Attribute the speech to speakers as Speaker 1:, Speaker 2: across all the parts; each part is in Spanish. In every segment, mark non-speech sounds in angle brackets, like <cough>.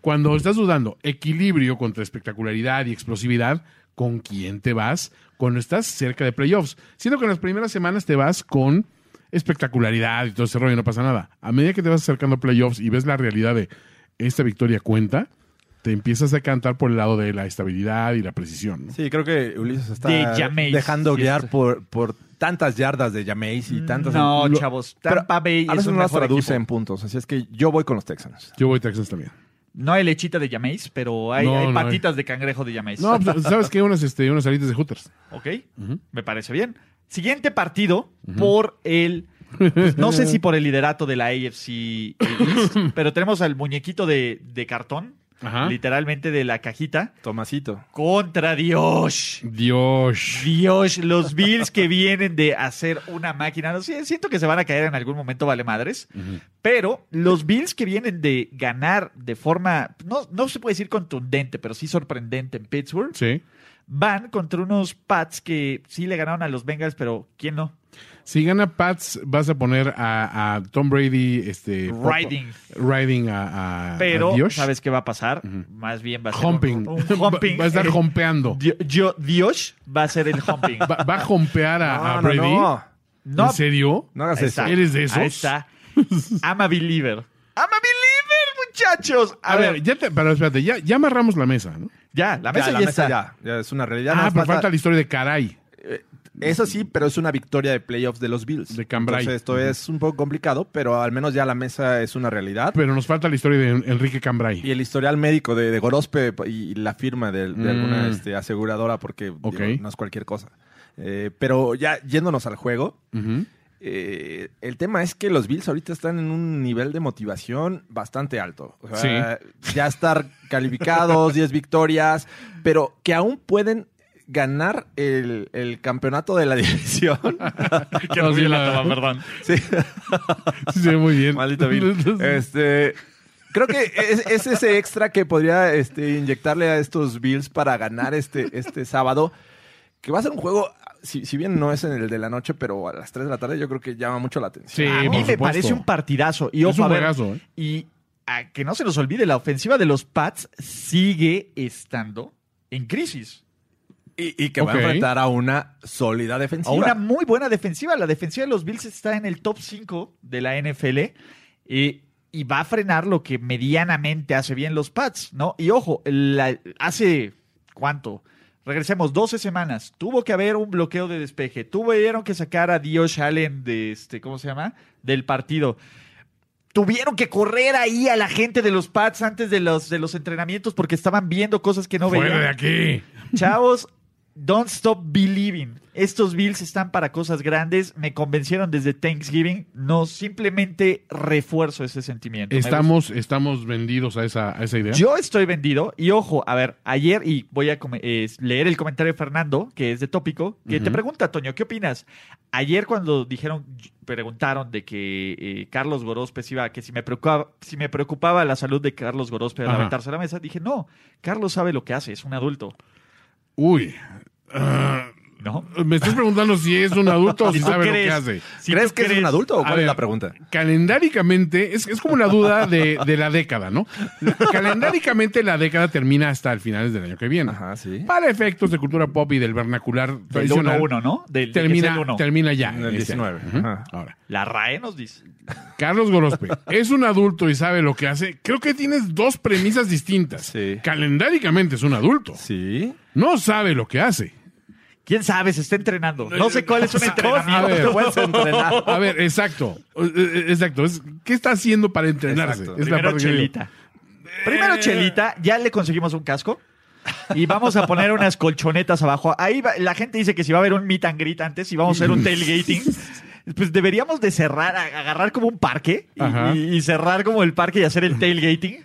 Speaker 1: cuando estás dudando equilibrio contra espectacularidad y explosividad, ¿con quién te vas cuando estás cerca de playoffs? Siento que en las primeras semanas te vas con espectacularidad y todo ese rollo, no pasa nada. A medida que te vas acercando a playoffs y ves la realidad de esta victoria cuenta, te empiezas a cantar por el lado de la estabilidad y la precisión. ¿no?
Speaker 2: Sí, creo que Ulises está
Speaker 3: De Jameis.
Speaker 2: dejando
Speaker 3: Sí,
Speaker 2: guiar
Speaker 3: está.
Speaker 2: por, por tantas yardas de Jameis y tantas.
Speaker 3: No,
Speaker 2: Lo-
Speaker 3: chavos.
Speaker 2: Pero
Speaker 3: Tampa Bay
Speaker 2: a
Speaker 3: es
Speaker 2: veces
Speaker 3: un
Speaker 2: no las
Speaker 3: mejor
Speaker 2: traduce
Speaker 3: equipo.
Speaker 2: en puntos, así es que yo voy con los Texans.
Speaker 1: Yo voy Texans también.
Speaker 3: No hay lechita de Yameis, pero hay,
Speaker 1: No,
Speaker 3: hay
Speaker 1: no hay.
Speaker 3: patitas de cangrejo de Yameis.
Speaker 1: No, pues, ¿sabes qué? Unas, este, unas alitas de Hooters.
Speaker 3: ¿Ok? Me parece bien. Siguiente partido por el. pues, no
Speaker 1: <laughs>
Speaker 3: sé si por el liderato de la AFC East, pero tenemos al muñequito de, de cartón,
Speaker 1: Ajá.
Speaker 3: literalmente de la cajita,
Speaker 2: Tomasito.
Speaker 3: contra Dios.
Speaker 1: Dios.
Speaker 3: Dios, los Bills que vienen de hacer una máquina. No sé, siento que se van a caer en algún momento, vale madres. Pero los Bills que vienen de ganar de forma, no, no se puede decir contundente, pero sí sorprendente en Pittsburgh,
Speaker 1: Sí.
Speaker 3: van contra unos Pats que sí le ganaron a los Bengals, pero ¿quién no?
Speaker 1: Si gana Pats, vas a poner a, a Tom Brady, este...
Speaker 3: Riding.
Speaker 1: Riding a, a-
Speaker 3: Pero
Speaker 1: a Dios.
Speaker 3: ¿sabes qué va a pasar? Más bien va a ser un-
Speaker 1: Humping.
Speaker 3: un, humping.
Speaker 1: <laughs> Va a estar
Speaker 3: Eh, <laughs>
Speaker 1: hompeando.
Speaker 3: Dio- yo- Dios va a ser el humping.
Speaker 1: Va, va a hompear a,
Speaker 2: Ah,
Speaker 1: a Brady.
Speaker 2: no.
Speaker 3: No,
Speaker 1: ¿En serio?
Speaker 2: No hagas
Speaker 3: Ahí
Speaker 2: eso.
Speaker 3: está.
Speaker 1: ¿Eres de esos?
Speaker 3: Ahí está. I'm a believer. I'm a believer, muchachos.
Speaker 1: A, ver, ya te- pero espérate, ya, ya amarramos la mesa, ¿no?
Speaker 3: ya, la mesa ya,
Speaker 2: Ya, la mesa
Speaker 3: está.
Speaker 2: ya, ya es una realidad.
Speaker 1: ah,
Speaker 2: Nada más
Speaker 1: pero falta
Speaker 2: falta-
Speaker 1: la historia de caray.
Speaker 2: Eso sí, pero es una victoria de playoffs de los Bills.
Speaker 1: De Cambrai.
Speaker 2: Entonces esto es un poco complicado, pero al menos ya la mesa es una realidad.
Speaker 1: Pero nos falta la historia de Enrique Cambray.
Speaker 2: Y el historial médico de, de Gorospe y la firma de, de alguna
Speaker 1: Mm.
Speaker 2: este, aseguradora, porque digo,
Speaker 1: Ok.
Speaker 2: no es cualquier cosa. Eh, pero ya yéndonos al juego,
Speaker 1: Ujú.
Speaker 2: eh, el tema es que los Bills ahorita están en un nivel de motivación bastante alto. O sea, Ya estar calificados, 10 victorias, pero que aún pueden ganar el, el campeonato de la <laughs> división.
Speaker 3: <laughs> Que no vi la toma, perdón.
Speaker 2: Sí.
Speaker 1: <laughs> Sí, muy bien.
Speaker 2: <laughs>
Speaker 1: <laughs>
Speaker 2: Maldito Bill. Este, creo que es, es ese extra que podría este, inyectarle a estos Bills para ganar este, este sábado, que va a ser un juego, si, si bien no es en el de la noche, pero a las 3 de la tarde yo creo que llama mucho la atención.
Speaker 1: Sí,
Speaker 3: a mí
Speaker 1: por
Speaker 3: me
Speaker 1: supuesto.
Speaker 3: parece un partidazo. Y
Speaker 1: Es
Speaker 3: ojo,
Speaker 1: un
Speaker 3: a ver,
Speaker 1: juegazo, ¿eh?
Speaker 3: Y a que no se nos olvide, la ofensiva de los Pats sigue estando en crisis.
Speaker 2: Y, y que va
Speaker 1: Ok.
Speaker 2: a enfrentar a una sólida defensiva.
Speaker 3: A una muy buena defensiva. La defensiva de los Bills está en el top 5 de la NFL eh, y va a frenar lo que medianamente hace bien los Pats, ¿no? Y ojo, la- hace cuánto? Regresemos 12 semanas. Tuvo que haber un bloqueo de despeje. Tuvieron que sacar a Dios Allen de este, ¿cómo se llama? Del partido. Tuvieron que correr ahí a la gente de los Pats antes de los, de los entrenamientos porque estaban viendo cosas que no
Speaker 1: Fuera
Speaker 3: veían.
Speaker 1: de aquí.
Speaker 3: Chavos, don't stop believing. Estos Bills están para cosas grandes. Me convencieron desde Thanksgiving. No, simplemente refuerzo ese sentimiento. Me
Speaker 1: Estamos, estamos vendidos a esa, a esa idea.
Speaker 3: gusta. Yo estoy vendido. Y ojo, a ver, ayer, y voy a come- eh, leer el comentario de Fernando, que es de tópico, que te pregunta, Toño, ¿qué opinas? Ayer cuando dijeron, preguntaron de que eh, Carlos Gorospe iba, que si me preocupaba, si me preocupaba la salud de Carlos Gorospe al
Speaker 1: Ajá.
Speaker 3: aventarse a la mesa, dije, no, Carlos sabe lo que hace, es un adulto.
Speaker 1: Uy. Ah,
Speaker 3: ¿No?
Speaker 1: me estás preguntando si es un adulto o si
Speaker 3: ¿Tú
Speaker 1: sabe lo que
Speaker 3: crees?
Speaker 1: hace.
Speaker 3: Si
Speaker 2: ¿Crees
Speaker 3: tú
Speaker 2: que es un adulto o
Speaker 1: A
Speaker 2: cuál es
Speaker 1: ver.
Speaker 2: la pregunta?
Speaker 1: Calendáricamente, es, es como la duda de, de la década, ¿no? Calendáricamente la década termina hasta el final del año que viene.
Speaker 2: Ajá, sí.
Speaker 1: Para efectos de cultura pop y del vernacular
Speaker 3: Del
Speaker 1: tradicional,
Speaker 3: 1-1, ¿no? Del, de que es
Speaker 1: termina,
Speaker 3: el uno.
Speaker 1: termina ya.
Speaker 2: En el
Speaker 1: este año.
Speaker 2: 19.
Speaker 1: Ujú.
Speaker 2: Ajá.
Speaker 1: Ahora,
Speaker 3: La RAE nos dice.
Speaker 1: Carlos Gorospe es un adulto y sabe lo que hace. Creo que tienes dos premisas distintas.
Speaker 2: Sí.
Speaker 1: Calendáricamente es un adulto.
Speaker 2: Sí.
Speaker 1: No sabe lo
Speaker 3: <laughs>
Speaker 1: que hace.
Speaker 3: ¿Quién sabe? Se está entrenando. No sé cuál es un
Speaker 1: <laughs>
Speaker 3: <laughs>
Speaker 1: A
Speaker 3: entrenamiento.
Speaker 1: ver.
Speaker 2: Puedes entrenar.
Speaker 1: A ver, exacto. Eh, eh, Exacto. Es- ¿Qué está haciendo para entrenarse?
Speaker 2: Exacto.
Speaker 1: <laughs> Es la
Speaker 3: Primero
Speaker 1: parte que digo. Eh.
Speaker 3: Chelita. Primero Chelita, ya le conseguimos un casco. Y vamos a poner unas colchonetas abajo. Ahí va- la gente dice que si va a haber un meet and greet antes y vamos a hacer un
Speaker 1: <laughs>
Speaker 3: tailgating. Pues deberíamos de cerrar, a- agarrar como un parque y,
Speaker 1: Ajá.
Speaker 3: y- y cerrar como el parque y hacer el tailgating.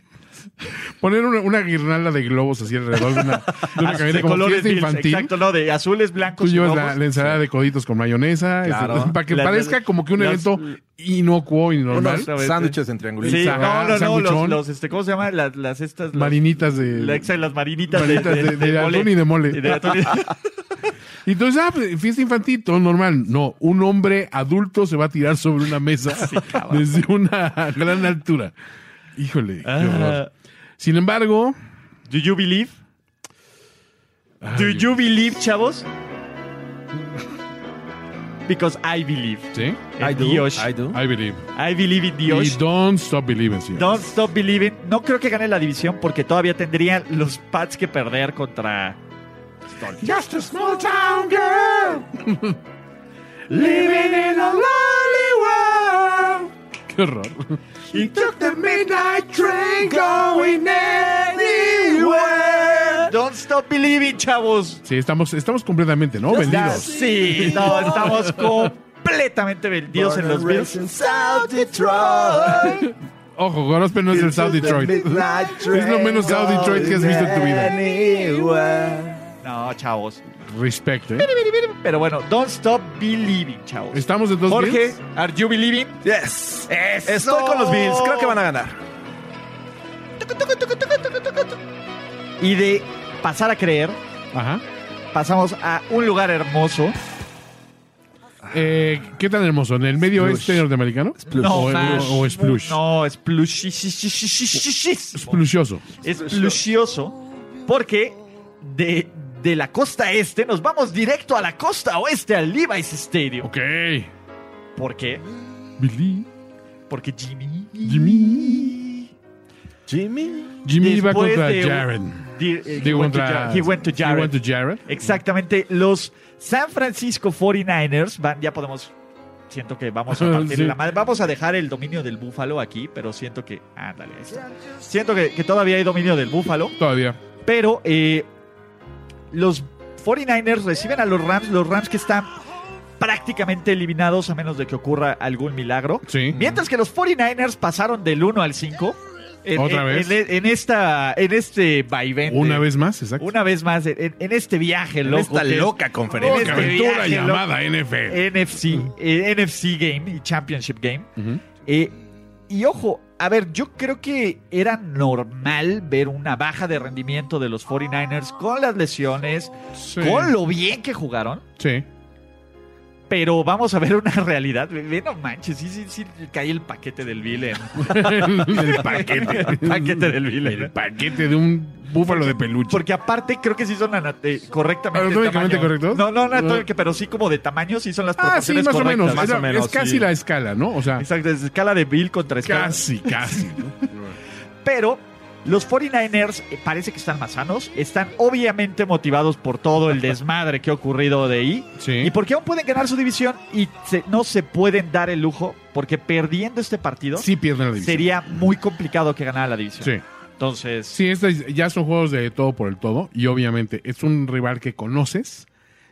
Speaker 1: Poner una, una guirnalda de globos así alrededor de una, de una
Speaker 3: Así
Speaker 1: camioneta como fiesta
Speaker 3: Ah, Bills,
Speaker 1: infantil.
Speaker 3: Exacto, no, de azules, blancos
Speaker 1: Tú
Speaker 3: y
Speaker 1: llevas
Speaker 3: rojos.
Speaker 1: la, la ensalada de coditos con mayonesa,
Speaker 2: Claro.
Speaker 1: este, <laughs> para que
Speaker 3: Las-
Speaker 1: parezca como que un
Speaker 3: las-
Speaker 1: evento inocuo y normal. eh.
Speaker 3: Unos-
Speaker 2: Sándwiches en triangulitos.
Speaker 3: Sí,
Speaker 1: Pizza,
Speaker 3: no, no, no, los,
Speaker 1: sanguchón.
Speaker 3: los, este, ¿cómo se llama? Las, las estas. los-
Speaker 1: Marinitas de...
Speaker 3: la- exa- las marinitas,
Speaker 1: marinitas
Speaker 3: de, de-
Speaker 1: de- de atún y de mole.
Speaker 3: Y de Ah. atún
Speaker 1: <laughs>
Speaker 3: y-
Speaker 1: Y entonces, ah, pues, fiesta infantil, todo normal. No, un hombre adulto se va a tirar sobre
Speaker 3: <laughs>
Speaker 1: una mesa desde una gran altura. Híjole, qué horror.
Speaker 3: Ah,
Speaker 1: Sin embargo,
Speaker 3: do you believe? Do you believe, chavos? Because I believe.
Speaker 1: ¿sí?
Speaker 3: en Dios.
Speaker 2: I do.
Speaker 1: I believe.
Speaker 3: I believe in ¿Eh? Dios.
Speaker 1: Y don't stop believing, señor.
Speaker 3: Don't stop believing. No creo que gane la división porque todavía tendría los Pats que perder contra.
Speaker 1: Just a small town girl <laughs> living in a lonely world. Qué horror. He took the midnight train going anywhere.
Speaker 3: Don't stop believing, chavos.
Speaker 1: Sí, estamos, estamos completamente, ¿no? Vendidos.
Speaker 3: Sí, no, estamos completamente vendidos en los Bills.
Speaker 2: South Detroit.
Speaker 1: Ojo, Gorospe no es del South Detroit. <laughs> Es lo menos South Detroit que has visto en tu vida.
Speaker 2: vida.
Speaker 3: No, chavos.
Speaker 1: Respect, ¿eh?
Speaker 3: Pero bueno, don't stop believing, chavos.
Speaker 1: Estamos entonces.
Speaker 3: Jorge,
Speaker 1: bien?
Speaker 3: are you believing?
Speaker 2: Yes. Estoy con los Bills. Creo que van a ganar.
Speaker 3: Y de pasar a creer,
Speaker 1: Ajá.
Speaker 3: pasamos a un lugar hermoso.
Speaker 1: Eh, ¿Qué tan hermoso? ¿En el medio
Speaker 2: Splush.
Speaker 1: oeste norteamericano? o, o, o splush.
Speaker 3: No, es plush. Es
Speaker 1: Splushoso.
Speaker 3: plushioso porque de, de la costa este nos vamos directo a la costa oeste, al Levi's Stadium.
Speaker 1: Ok.
Speaker 3: ¿Por qué?
Speaker 1: Billy.
Speaker 3: Porque Jimmy...
Speaker 1: Jimmy.
Speaker 2: Jimmy.
Speaker 1: Jimmy iba
Speaker 3: Después
Speaker 1: contra
Speaker 3: de un-
Speaker 1: Jaren.
Speaker 3: di- eh, he
Speaker 1: Digo,
Speaker 3: went to
Speaker 1: contra.
Speaker 3: Jar- he went to
Speaker 1: He
Speaker 3: Jared.
Speaker 1: went to Jared.
Speaker 3: Exactamente, los San Francisco 49ers van, ya podemos, siento que vamos a partir
Speaker 1: <laughs> Sí.
Speaker 3: la madre, vamos a dejar el dominio del búfalo aquí, pero siento que, ándale, ahí está. siento que, que todavía hay dominio del búfalo,
Speaker 1: Todavía.
Speaker 3: pero eh, los 49ers reciben a los Rams, los Rams que están prácticamente eliminados a menos de que ocurra algún milagro.
Speaker 1: Sí.
Speaker 3: Mientras que los 49ers pasaron del 1 al 5. En,
Speaker 1: Otra
Speaker 3: en-
Speaker 1: vez.
Speaker 3: En, en esta, en este vaivén. de-
Speaker 1: Una vez más, exacto.
Speaker 3: Una vez más, en, en este viaje
Speaker 2: En
Speaker 3: loco.
Speaker 2: esta
Speaker 3: que es
Speaker 2: loca
Speaker 1: Loca
Speaker 2: conferencia.
Speaker 3: este
Speaker 1: aventura
Speaker 3: viaje
Speaker 1: llamada NFL.
Speaker 3: NFC, eh, NFC Game y Championship Game.
Speaker 1: Ujú.
Speaker 3: Eh, y ojo, a ver, yo creo que era normal ver una baja de rendimiento de los 49ers con las lesiones,
Speaker 1: Sí.
Speaker 3: con lo bien que jugaron.
Speaker 1: Sí. <laughs>
Speaker 3: Pero vamos a ver una <laughs> realidad. Ve, ve, no manches, sí, sí, sí, cae el paquete del Bill. en-
Speaker 1: el paquete.
Speaker 3: El <laughs> paquete del Bill.
Speaker 1: El paquete de un búfalo de peluche.
Speaker 3: Porque aparte creo que sí son ana- eh, correctamente
Speaker 1: Anatómicamente
Speaker 3: tamaño.
Speaker 1: correctos.
Speaker 3: No, no anatómica, pero sí como de tamaño, sí son las
Speaker 1: ah, sí,
Speaker 3: proporciones
Speaker 1: más o
Speaker 3: correctas.
Speaker 1: menos.
Speaker 2: más
Speaker 1: Es-
Speaker 2: o menos,
Speaker 1: es casi
Speaker 2: sí.
Speaker 1: la escala, ¿no? O sea,
Speaker 3: Exacto, es escala de Bill contra escala.
Speaker 1: casi, casi. ¿no?
Speaker 3: Pero los 49ers eh, parece que están más sanos, están obviamente motivados por todo el desmadre que ha ocurrido de ahí.
Speaker 1: Sí.
Speaker 3: Y porque aún pueden ganar su división y se- no se pueden dar el lujo, porque perdiendo este partido
Speaker 1: Sí pierden la división.
Speaker 3: sería muy complicado que ganara la división.
Speaker 1: Sí.
Speaker 3: Entonces,
Speaker 1: Sí, estas ya son juegos de todo por el todo. Y obviamente es un rival que conoces,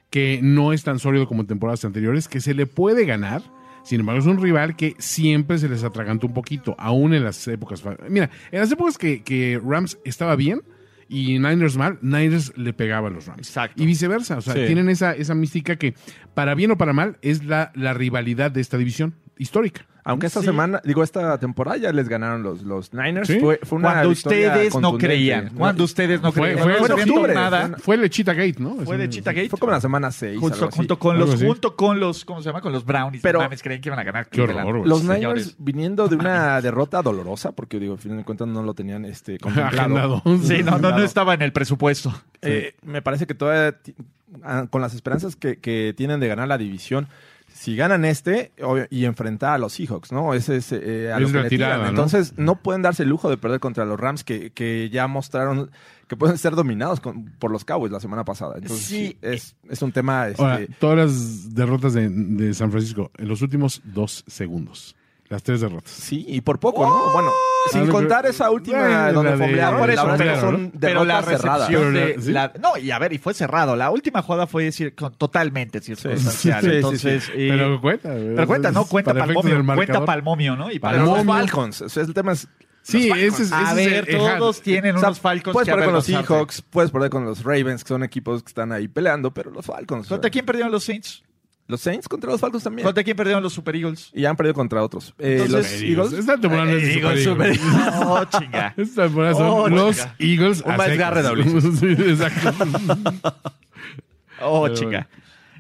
Speaker 1: que no es tan sólido como en temporadas anteriores, que se le puede ganar. Sin embargo, es un rival que siempre se les atraganta un poquito, aún en las épocas. fa- Mira, en las épocas que, que Rams estaba bien y Niners mal, Niners le pegaba a los Rams.
Speaker 3: Exacto.
Speaker 1: Y viceversa. O sea,
Speaker 2: Sí.
Speaker 1: tienen esa, esa mística que, para bien o para mal, es la, la rivalidad de esta división histórica.
Speaker 2: Aunque esta
Speaker 3: Sí.
Speaker 2: semana, digo, esta temporada ya les ganaron los, los Niners.
Speaker 1: Sí.
Speaker 2: Fue, fue una
Speaker 3: cuando
Speaker 2: victoria
Speaker 3: ustedes no
Speaker 2: contundente.
Speaker 3: creían,
Speaker 2: No,
Speaker 3: cuando ustedes no
Speaker 1: Fue,
Speaker 3: creían,
Speaker 1: fue,
Speaker 3: no
Speaker 2: en
Speaker 3: sabiendo
Speaker 2: octubre.
Speaker 3: nada,
Speaker 1: fue Lechita Gate, ¿no?
Speaker 3: fue de Cheetah Gate.
Speaker 2: mm, Fue como la semana 6.
Speaker 3: Junto, junto con
Speaker 1: Algo
Speaker 3: los,
Speaker 1: así.
Speaker 3: junto con los, ¿cómo se llama? Con los Brownies.
Speaker 2: Pero-
Speaker 3: No mames, creían que iban a ganar.
Speaker 1: Qué
Speaker 3: Cleveland.
Speaker 1: horror, güey.
Speaker 2: Los Niners
Speaker 3: Señores.
Speaker 2: viniendo de una derrota dolorosa, porque digo, al final de cuentas no lo
Speaker 3: <laughs>
Speaker 2: tenían este contemplado.
Speaker 1: Agendado.
Speaker 3: Sí, no, no,
Speaker 2: Mm.
Speaker 3: no estaba en el presupuesto.
Speaker 2: Eh, me parece que todavía ti- ah, con las esperanzas que, que tienen de ganar la división, si ganan este obvio, y enfrentar a los Seahawks, ¿no? Ese es, eh, a lo
Speaker 1: Es
Speaker 2: que
Speaker 1: la
Speaker 2: le tiran.
Speaker 1: tirada, ¿no?
Speaker 2: Entonces no pueden darse el lujo de perder contra los Rams que, que ya mostraron que pueden ser dominados con- por los Cowboys la semana pasada. Entonces
Speaker 3: Sí.
Speaker 2: sí, es, es un tema... este,
Speaker 1: Ahora, todas las derrotas de, de San Francisco en los últimos dos segundos. Las tres derrotas.
Speaker 2: Sí, y por poco, ¿no? Bueno, sin
Speaker 1: Ah,
Speaker 2: contar
Speaker 1: pero-
Speaker 2: esa última
Speaker 1: Bueno,
Speaker 2: donde
Speaker 1: la de-
Speaker 2: fomblearon,
Speaker 1: por
Speaker 2: la
Speaker 1: eso,
Speaker 2: verdad es que
Speaker 1: fomblearon,
Speaker 2: son
Speaker 3: Pero la
Speaker 2: derrotas
Speaker 3: recepción
Speaker 2: cerradas.
Speaker 3: de
Speaker 1: Pero, ¿sí?
Speaker 3: la- no y a ver y fue cerrado la última jugada fue decir con- totalmente
Speaker 1: <laughs>
Speaker 3: circunstancial
Speaker 2: Sí, sí, sí.
Speaker 3: entonces eh,
Speaker 1: Pero cuenta.
Speaker 3: pero cuenta no cuenta
Speaker 1: para
Speaker 3: para
Speaker 1: efectos del
Speaker 3: cuenta
Speaker 1: marcador.
Speaker 3: para no y
Speaker 2: Pero
Speaker 3: para
Speaker 2: los
Speaker 1: Momio.
Speaker 2: Falcons, o sea, el tema es...
Speaker 1: Sí, ese es, ese
Speaker 3: a
Speaker 1: es
Speaker 3: ver
Speaker 1: el- el
Speaker 3: todos
Speaker 1: hat.
Speaker 3: tienen
Speaker 2: o sea,
Speaker 3: unos Falcons
Speaker 2: puedes
Speaker 3: que
Speaker 2: perder con los
Speaker 3: avergonzarte.
Speaker 2: Seahawks, puedes perder con los Ravens, que son equipos que están ahí peleando, pero los Falcons...
Speaker 3: contra
Speaker 2: o sea,
Speaker 3: quién perdieron los Saints
Speaker 2: Los Saints contra los Falcons también.
Speaker 3: contra quién perdieron los Super Eagles
Speaker 2: Y han perdido contra otros. Eh,
Speaker 3: Entonces,
Speaker 1: Los Eagles.
Speaker 2: los Eagles...
Speaker 1: Esta temporada
Speaker 3: Eh,
Speaker 1: no es de Super <laughs> Eagles.
Speaker 3: no Oh, chinga
Speaker 1: Esta temporada son
Speaker 3: Oh,
Speaker 1: los
Speaker 3: chica.
Speaker 1: Eagles.
Speaker 2: Un
Speaker 1: a
Speaker 2: más
Speaker 1: secas.
Speaker 2: garre,
Speaker 1: <laughs>
Speaker 2: Ulises.
Speaker 1: Sí, exacto. <laughs>
Speaker 3: Oh, chica.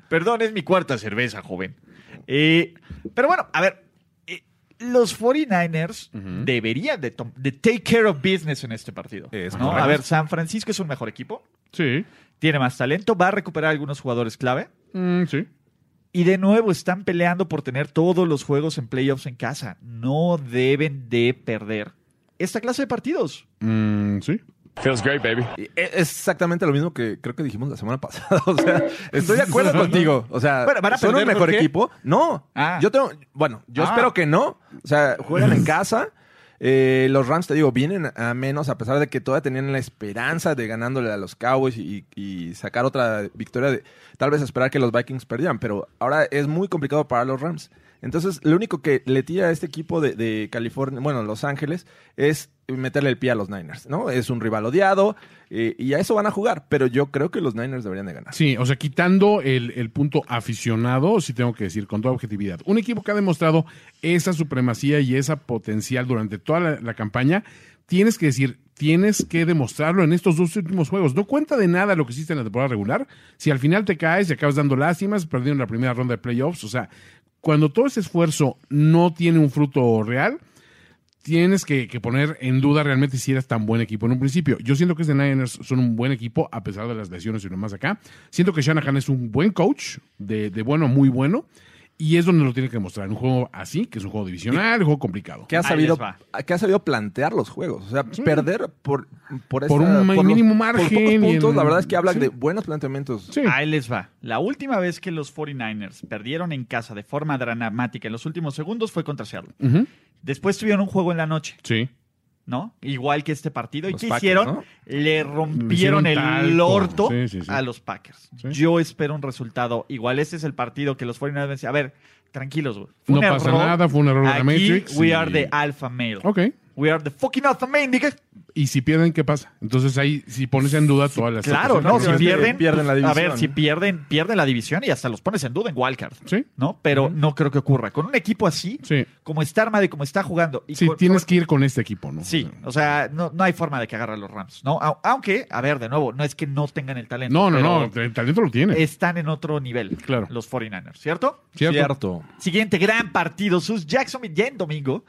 Speaker 3: Perdón, es mi cuarta cerveza, joven. Eh, pero bueno, a ver. eh, Los 49ers deberían de, tom- de take care of business en este partido.
Speaker 2: Es
Speaker 3: ¿no?
Speaker 2: correcto.
Speaker 3: A ver, San Francisco es un mejor equipo,
Speaker 1: Sí.
Speaker 3: tiene más talento, va a recuperar algunos jugadores clave.
Speaker 1: Mm, sí.
Speaker 3: Y de nuevo están peleando por tener todos los juegos en playoffs en casa. No deben de perder esta clase de partidos.
Speaker 1: Mm, sí.
Speaker 2: Eh, Es exactamente lo mismo que creo que dijimos la semana <laughs> pasada. O sea, estoy
Speaker 3: <laughs>
Speaker 2: de acuerdo contigo. O sea,
Speaker 3: Bueno, ¿van a
Speaker 2: ¿son un
Speaker 3: perder por
Speaker 2: mejor
Speaker 3: qué?
Speaker 2: equipo? No.
Speaker 3: Ah.
Speaker 2: Yo tengo, bueno, yo
Speaker 3: Ah.
Speaker 2: espero que no. O sea, juegan en casa. Eh, los Rams, te digo, vienen a menos, a pesar de que todavía tenían la esperanza de ganándole a los Cowboys y, y sacar otra victoria, de, tal vez esperar que los Vikings perdieran, pero ahora es muy complicado para los Rams. Entonces, lo único que le tira a este equipo de, de California, bueno, Los Ángeles, es meterle el pie a los Niners, ¿no? Es un rival odiado eh, y a eso van a jugar, pero yo creo que los Niners deberían de ganar.
Speaker 1: Sí, o sea, quitando el, el punto aficionado, sí tengo que decir con toda objetividad. Un equipo que ha demostrado esa supremacía y esa potencial durante toda la, la campaña, tienes que decir, tienes que demostrarlo en estos dos últimos juegos. No cuenta de nada lo que hiciste en la temporada regular. Si al final te caes y acabas dando lástimas, perdiendo la primera ronda de playoffs, o sea, cuando todo ese esfuerzo no tiene un fruto real, tienes que, que poner en duda realmente si eras tan buen equipo en un principio. Yo siento que este Niners son un buen equipo a pesar de las lesiones y demás acá. Siento que Shanahan es un buen coach, de, de bueno a muy bueno, y es donde lo tiene que demostrar. En un juego así, que es un juego divisional, un juego complicado.
Speaker 2: Que ha
Speaker 3: Ahí
Speaker 2: sabido,
Speaker 3: les va.
Speaker 2: que ha sabido plantear los juegos. O sea, perder por,
Speaker 1: Por
Speaker 2: por, esa-
Speaker 1: un
Speaker 2: los-
Speaker 1: mínimo
Speaker 2: Por
Speaker 1: margen y
Speaker 2: pocos
Speaker 1: en-
Speaker 2: puntos, la verdad es que hablan
Speaker 1: Sí.
Speaker 2: de buenos planteamientos.
Speaker 1: Sí.
Speaker 3: Ahí les va. La última vez que los 49ers perdieron en casa de forma dramática en los últimos segundos fue contra Seattle.
Speaker 1: Ujú.
Speaker 3: Después tuvieron un juego en la noche.
Speaker 1: Sí.
Speaker 3: ¿no? Igual que este partido. ¿Y
Speaker 2: Los
Speaker 3: qué
Speaker 2: Packers,
Speaker 3: hicieron?
Speaker 2: ¿no?
Speaker 3: Le rompieron
Speaker 1: hicieron
Speaker 3: el
Speaker 1: talco.
Speaker 3: orto
Speaker 1: Sí, sí, sí.
Speaker 3: a los Packers.
Speaker 1: Sí.
Speaker 3: Yo espero un resultado igual. Este es el partido que los 49ers decían, a ver, tranquilos, güey. Fue
Speaker 1: No
Speaker 3: un
Speaker 1: pasa
Speaker 3: error.
Speaker 1: nada, fue un error de la
Speaker 3: Aquí
Speaker 1: Matrix
Speaker 3: We
Speaker 1: y-
Speaker 3: are the alpha male.
Speaker 1: Ok.
Speaker 3: We are the fucking alpha male, nigga.
Speaker 1: Y si pierden, ¿qué pasa? Entonces ahí, si pones en duda todas las.
Speaker 3: Claro,
Speaker 1: otras
Speaker 3: no, si
Speaker 1: opciones.
Speaker 2: Obviamente
Speaker 3: pierden, pues,
Speaker 2: pierden la
Speaker 3: A ver,
Speaker 2: división.
Speaker 3: si pierden, pierden la división y hasta los pones en duda en wildcard.
Speaker 1: Sí.
Speaker 3: ¿No? Pero no creo que ocurra. Con un equipo así,
Speaker 1: Sí.
Speaker 3: como está armado y como está jugando. Y
Speaker 1: Sí,
Speaker 3: con-
Speaker 1: tienes que ir con este equipo, ¿no?
Speaker 3: Sí, o sea, no, no hay forma de que agarre a los Rams, ¿no? Au- Aunque, a ver, de nuevo, no es que no tengan el talento.
Speaker 1: No, no,
Speaker 3: pero
Speaker 1: no. El talento lo tiene.
Speaker 3: Están en otro nivel,
Speaker 1: Claro.
Speaker 3: los 49ers, ¿cierto?
Speaker 1: ¿Cierto?
Speaker 2: Cierto.
Speaker 3: Siguiente gran partido, sus Jacksonville, ya en domingo,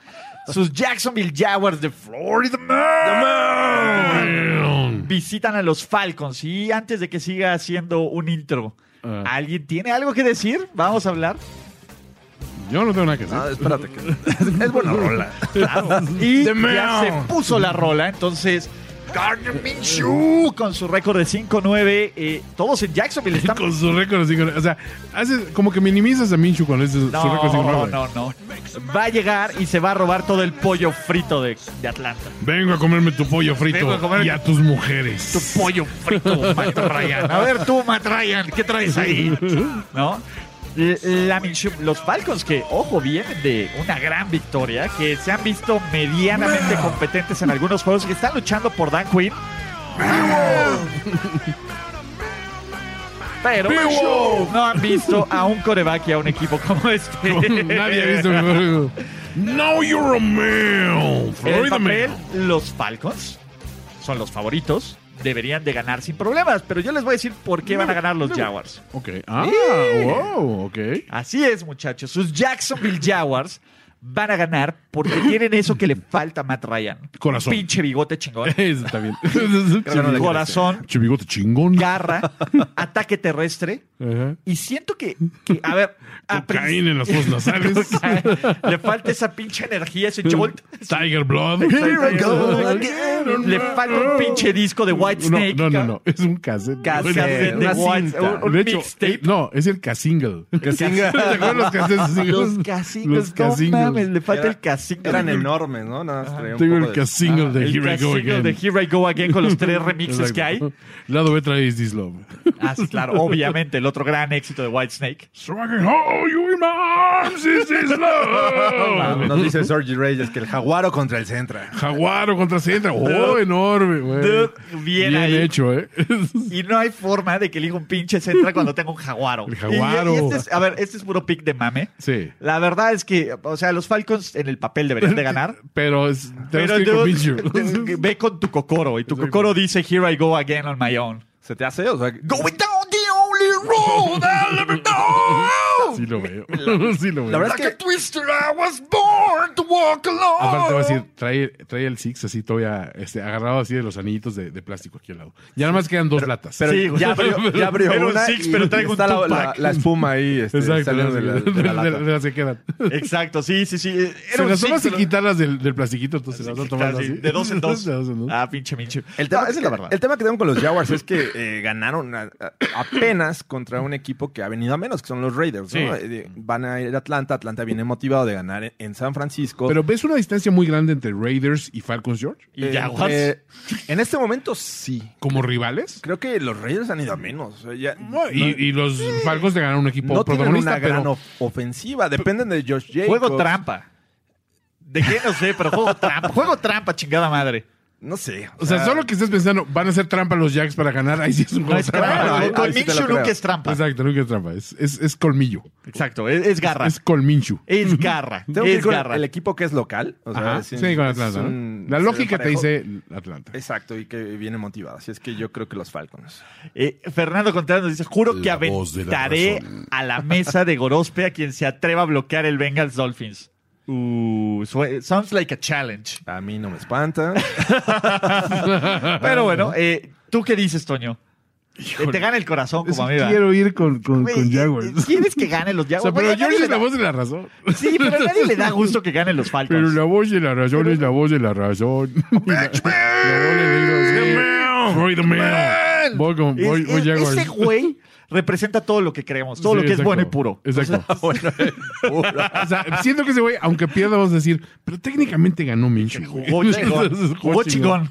Speaker 3: sus Jacksonville Jaguars de Florida man, visitan a los Falcons. Y antes de que siga haciendo un intro,
Speaker 1: Ah.
Speaker 3: ¿alguien tiene algo que decir? Vamos a
Speaker 1: <laughs>
Speaker 3: hablar.
Speaker 1: Yo no tengo nada que decir.
Speaker 2: Ah, espérate. que- <laughs> es buena rola.
Speaker 3: Y
Speaker 2: The
Speaker 3: ya se
Speaker 2: Meow.
Speaker 3: puso la rola, entonces
Speaker 1: Eh,
Speaker 3: Gardner Minshew con su récord de 5-9, eh, todos en Jacksonville están...
Speaker 1: con su récord así, con- O sea, haces como que minimizas a Minchu con ese, su récord sin
Speaker 3: No,
Speaker 1: robar.
Speaker 3: no, no. Va a llegar y se va a robar todo el pollo frito de, de Atlanta.
Speaker 1: Vengo a comerme tu pollo frito
Speaker 3: Vengo a comer-
Speaker 1: y a tus mujeres.
Speaker 3: Tu pollo
Speaker 1: <laughs>
Speaker 3: frito, Matt Ryan. A ver tú, Matt Ryan, ¿qué traes ahí? ¿No? L- la Minshew- los Falcons que, ojo, vienen de una gran victoria, que se han visto medianamente competentes en algunos juegos, que están luchando por Dan Quinn. Pero no han visto a un coreback y a un equipo como este.
Speaker 1: <laughs> Nadie ha visto mejor. No, you're a male.
Speaker 3: En el
Speaker 1: Florida
Speaker 3: papel,
Speaker 1: male.
Speaker 3: los Falcons son los favoritos. Deberían de ganar sin problemas, pero yo les voy a decir por qué van a ganar los Jaguars.
Speaker 1: Ok. Ah, wow, ok. <laughs>
Speaker 3: Así es, muchachos. Sus Jacksonville Jaguars van a ganar
Speaker 1: <laughs>
Speaker 3: porque tienen eso que le falta a Matt Ryan.
Speaker 1: Corazón.
Speaker 3: Un pinche bigote
Speaker 1: <laughs>
Speaker 3: chingón.
Speaker 1: Eso está bien.
Speaker 3: corazón,
Speaker 1: Chivigote chingón.
Speaker 3: garra, ataque terrestre.
Speaker 1: Ajá.
Speaker 3: Y siento que, que, a ver, a
Speaker 1: <laughs> Cocaína en las fosas
Speaker 3: <laughs>
Speaker 1: nasales.
Speaker 3: principio- le falta esa pinche energía, ese jolt.
Speaker 1: Tiger Blood.
Speaker 3: Here I go again. Le falta un pinche disco de White Snake.
Speaker 1: No, no, no, no. Es un cassette.
Speaker 3: Cassette de
Speaker 2: una
Speaker 3: White-
Speaker 2: cinta.
Speaker 3: un- un
Speaker 1: De hecho, eh,
Speaker 3: mixtape.
Speaker 1: no, es el casingle.
Speaker 2: Que singa-
Speaker 1: <laughs> ¿Te acuerdas los cassettes?
Speaker 3: Los casingos,
Speaker 1: Los
Speaker 3: no
Speaker 1: casingles.
Speaker 3: mames, le falta
Speaker 2: Era-
Speaker 3: el casingo.
Speaker 2: Eran enormes, ¿no? Nada más traía un
Speaker 1: Tengo
Speaker 2: poco
Speaker 1: el
Speaker 2: de-
Speaker 1: casingle de
Speaker 3: Ah, El
Speaker 1: Here I Go
Speaker 3: casingo
Speaker 1: Again.
Speaker 3: de Here I Go Again con los
Speaker 1: <laughs>
Speaker 3: tres remixes
Speaker 1: Exacto.
Speaker 3: que hay.
Speaker 1: Lado B trae Is This Love.
Speaker 3: Ah, sí, claro, obviamente, el otro gran éxito de Whitesnake.
Speaker 1: So I can hold you in my arms, Is This
Speaker 2: Ah,
Speaker 1: <laughs> Love.
Speaker 2: Nos dice Sergi Reyes que el jaguaro contra el Centra.
Speaker 1: Jaguaro contra Centra. Oh, enorme, güey.
Speaker 3: Dude, bien ahí.
Speaker 1: hecho, ¿eh? <laughs>
Speaker 3: Y no hay forma de que elija un pinche centra cuando tenga un jaguaro.
Speaker 1: El jaguaro.
Speaker 3: Y- y este es- a ver, este es puro pick de mame.
Speaker 1: sí.
Speaker 3: La verdad es que, o sea, los Falcons en el papel deberían de ganar.
Speaker 1: Pero es,
Speaker 3: Pero
Speaker 1: <laughs> tenemos que
Speaker 3: dude,
Speaker 1: convince you.
Speaker 3: <laughs> ve con tu cocoro y tu cocoro dice Here I go again on my own.
Speaker 2: ¿Se te hace? O sea,
Speaker 3: Going down the only road I'll ever
Speaker 2: <laughs>
Speaker 3: know.
Speaker 1: Sí lo veo. sí lo veo.
Speaker 2: la verdad
Speaker 3: Like
Speaker 2: es
Speaker 3: a twister, I was born to walk alone.
Speaker 1: Aparte te voy a decir, trae, trae el Six así todavía este, agarrado así de los anillitos de, de plástico aquí al lado. Ya nada más quedan dos latas.
Speaker 2: pero
Speaker 3: Sí, güey.
Speaker 2: ya abrió, ya abrió
Speaker 3: Era un
Speaker 2: una
Speaker 3: six,
Speaker 2: y
Speaker 3: pero traigo un
Speaker 2: está la, la,
Speaker 3: Tupac.
Speaker 2: la espuma ahí este,
Speaker 1: Exacto.
Speaker 2: saliendo de la, de la
Speaker 1: de-
Speaker 2: lata.
Speaker 1: de las que quedan.
Speaker 3: Exacto, sí, sí, sí. Era
Speaker 1: Se
Speaker 3: un
Speaker 1: las
Speaker 3: six,
Speaker 1: tomas y
Speaker 3: pero-
Speaker 1: quitarlas del, del plastiquito, entonces las vas tomando
Speaker 3: Casi,
Speaker 1: así.
Speaker 3: De dos en dos.
Speaker 1: <laughs> De dos en dos.
Speaker 3: Ah, pinche minche.
Speaker 2: El tema,
Speaker 3: No, esa es la verdad.
Speaker 2: el tema que tengo con los Jaguars es que eh, ganaron a- a- apenas contra un equipo que ha venido a menos, que son los Raiders. ¿no?
Speaker 1: Sí.
Speaker 2: Eh, de- Van a ir a Atlanta. Atlanta viene motivado de ganar en, en San Francisco.
Speaker 1: Pero ves una distancia muy grande entre Raiders y Falcons, George,
Speaker 3: ¿Y
Speaker 2: Eh,
Speaker 3: Jaguars?
Speaker 2: eh, en este momento sí.
Speaker 1: como rivales.
Speaker 2: Creo que los Raiders han ido a menos. O sea, ya-
Speaker 1: No, y, y los Falcons le ganaron un equipo
Speaker 2: no tienen
Speaker 1: protagonista,
Speaker 2: una gran
Speaker 1: pero
Speaker 2: of- ofensiva. Dependen de Josh Jacobs.
Speaker 3: Juego trampa. ¿De qué? No sé, pero juego trampa. Juego trampa, chingada madre.
Speaker 2: No sé.
Speaker 1: o sea, solo que estés pensando, van a hacer trampa los Jacks para ganar, ahí sí es un
Speaker 3: No
Speaker 1: juego
Speaker 3: es
Speaker 1: trampa.
Speaker 3: trampa.
Speaker 2: ahí-
Speaker 3: Con
Speaker 2: ahí sí te
Speaker 3: Minshew
Speaker 2: lo creo.
Speaker 3: nunca es trampa.
Speaker 1: Exacto, nunca es trampa, es, es, es colmillo,
Speaker 3: Exacto, es, es garra.
Speaker 1: es colminchu.
Speaker 3: Es garra.
Speaker 2: Tengo que ir
Speaker 3: Es
Speaker 2: con
Speaker 3: garra.
Speaker 2: el equipo que es local. O sea,
Speaker 1: Ajá,
Speaker 2: es-
Speaker 1: sí, con
Speaker 2: es
Speaker 1: Atlanta. ¿no?
Speaker 2: un-
Speaker 1: La
Speaker 2: se ve
Speaker 1: lógica te
Speaker 2: parejo.
Speaker 1: dice Atlanta.
Speaker 2: Exacto, y que viene motivado. Así es que yo creo que los Falcons.
Speaker 3: Eh, Fernando Contreras nos dice, juro que
Speaker 4: La voz de la
Speaker 3: aventaré
Speaker 4: razón.
Speaker 3: a la mesa de Gorospe a quien se atreva a bloquear el Bengals Dolphins. Uh, sue- sounds like a challenge.
Speaker 2: A mí no me espanta.
Speaker 3: Pero bueno, eh, ¿tú qué dices, Toño?
Speaker 1: Ah,
Speaker 3: Eh,
Speaker 1: Híjole.
Speaker 3: Te gana el corazón,
Speaker 1: Es
Speaker 3: como a
Speaker 1: que
Speaker 3: mí. ¿verdad?
Speaker 1: quiero ir con, con,
Speaker 3: Güey, eh,
Speaker 1: con Jaguars.
Speaker 3: ¿Quieres que gane los
Speaker 1: <laughs> O
Speaker 3: Jaguars?
Speaker 1: sea, pero
Speaker 3: Güey, a nadie
Speaker 1: George
Speaker 3: le
Speaker 1: es la
Speaker 3: da-
Speaker 1: voz de la razón.
Speaker 2: Pues,
Speaker 3: Sí, pero a nadie
Speaker 1: <laughs>
Speaker 3: le da gusto que ganen los Falcons.
Speaker 1: Pero la voz de la razón es la voz de la
Speaker 2: <laughs>
Speaker 1: razón. Voy
Speaker 3: Es-
Speaker 1: voy
Speaker 3: es-
Speaker 1: Jaguars.
Speaker 2: e-
Speaker 3: eh, ese güey representa todo lo que creemos, todo lo
Speaker 1: Sí,
Speaker 3: que es
Speaker 1: exacto.
Speaker 3: bueno y puro.
Speaker 1: Exacto.
Speaker 3: <laughs>
Speaker 1: <laughs>
Speaker 2: Bueno,
Speaker 1: <laughs> O sea, siento que ese güey, aunque pierda, vamos a decir, pero técnicamente ganó Minshew. güey". <laughs>
Speaker 3: Jugó chingón.
Speaker 1: Entonces,
Speaker 3: Jugó chingón.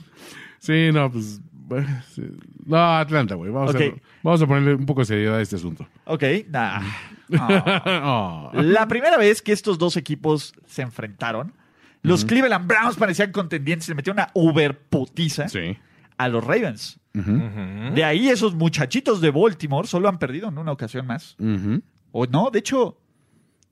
Speaker 1: Sí, no, pues. bueno, sí. No, Atlanta, güey. Vamos,
Speaker 3: Ok.
Speaker 1: a, vamos a ponerle un poco de seriedad a este asunto. <laughs>
Speaker 3: Ok, nah.
Speaker 1: Oh.
Speaker 3: La primera vez que estos dos equipos se enfrentaron, los Cleveland Browns parecían contendientes, le metieron una uber putiza
Speaker 1: Sí.
Speaker 3: a los Ravens. De ahí esos muchachitos de Baltimore solo han perdido en una ocasión más.
Speaker 1: Ujú.
Speaker 3: O no, de hecho,